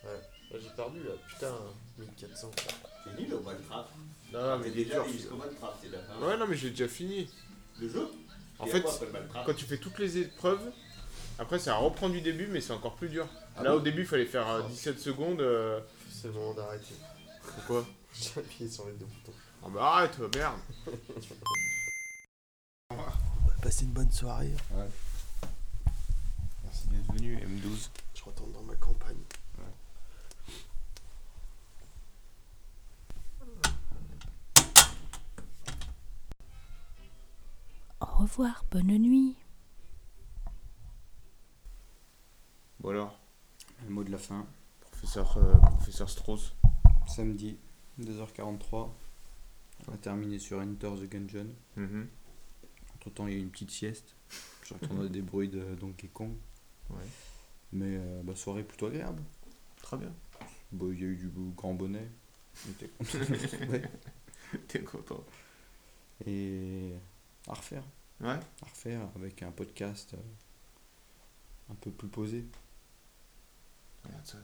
Speaker 8: Là, j'ai perdu là, putain.
Speaker 6: 1400.
Speaker 7: T'es nul au Minecraft.
Speaker 2: Non, non, mais
Speaker 7: T'es
Speaker 2: il est
Speaker 7: déjà
Speaker 2: dur.
Speaker 7: allé jusqu'au Minecraft, t'es d'accord.
Speaker 2: Ah Ouais, non, mais j'ai déjà fini.
Speaker 7: Le jeu
Speaker 2: En
Speaker 7: Et
Speaker 2: fait,
Speaker 7: quoi, après le Minecraft
Speaker 2: Quand tu fais toutes les épreuves, après ça reprend du début, mais c'est encore plus dur.
Speaker 6: Ah
Speaker 2: Là,
Speaker 6: bon
Speaker 2: au début, il fallait faire euh, 17 secondes. euh,
Speaker 6: C'est le moment d'arrêter.
Speaker 2: Pourquoi
Speaker 6: J'ai appuyé sur les deux boutons.
Speaker 2: Ah bah arrête, euh, merde
Speaker 6: Passez une bonne soirée.
Speaker 3: Merci d'être venu, M12.
Speaker 6: Je retourne dans ma campagne.
Speaker 10: Au revoir, bonne nuit.
Speaker 2: Bon alors,
Speaker 1: Le mot de la fin,
Speaker 2: professeur, euh, professeur Strauss.
Speaker 1: samedi, 2h43. On va terminer sur Enter the Gungeon.
Speaker 2: Mhm.
Speaker 1: Entre temps, il y a eu une petite sieste. J'entendais des bruits de Donkey Kong.
Speaker 2: Ouais.
Speaker 1: Mais euh, bah, soirée plutôt agréable.
Speaker 2: Très bien.
Speaker 1: Bah, Il y a eu du beau- grand bonnet. On était content de se retrouver.
Speaker 2: T'es content.
Speaker 1: Et à refaire.
Speaker 2: Ouais.
Speaker 1: À refaire avec un podcast euh, un peu plus posé.
Speaker 2: Regarde ça.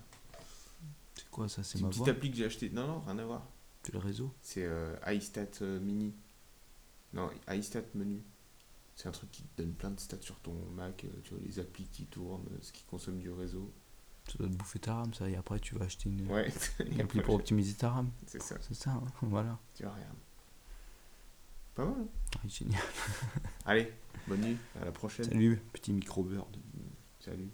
Speaker 1: C'est quoi ça
Speaker 2: C'est une petite appli que j'ai acheté. Non, non, rien à voir.
Speaker 1: Tu le réseau
Speaker 2: C'est euh, iStat euh, Mini. Non, iStat Menu. C'est un truc qui te donne plein de stats sur ton Mac, euh, tu vois, les applis qui tournent, euh, ce qui consomme du réseau.
Speaker 1: Ça doit te bouffer ta RAM, ça. Et après, tu vas acheter une,
Speaker 2: Ouais,
Speaker 1: une appli pour optimiser ta RAM.
Speaker 2: c'est ça,
Speaker 1: C'est ça, hein, voilà.
Speaker 2: tu vois, regarde. Pas mal. hein.
Speaker 1: Ouais, Génial.
Speaker 2: Allez, bonne nuit, à la prochaine.
Speaker 1: Salut, petit micro-bird.
Speaker 2: Salut.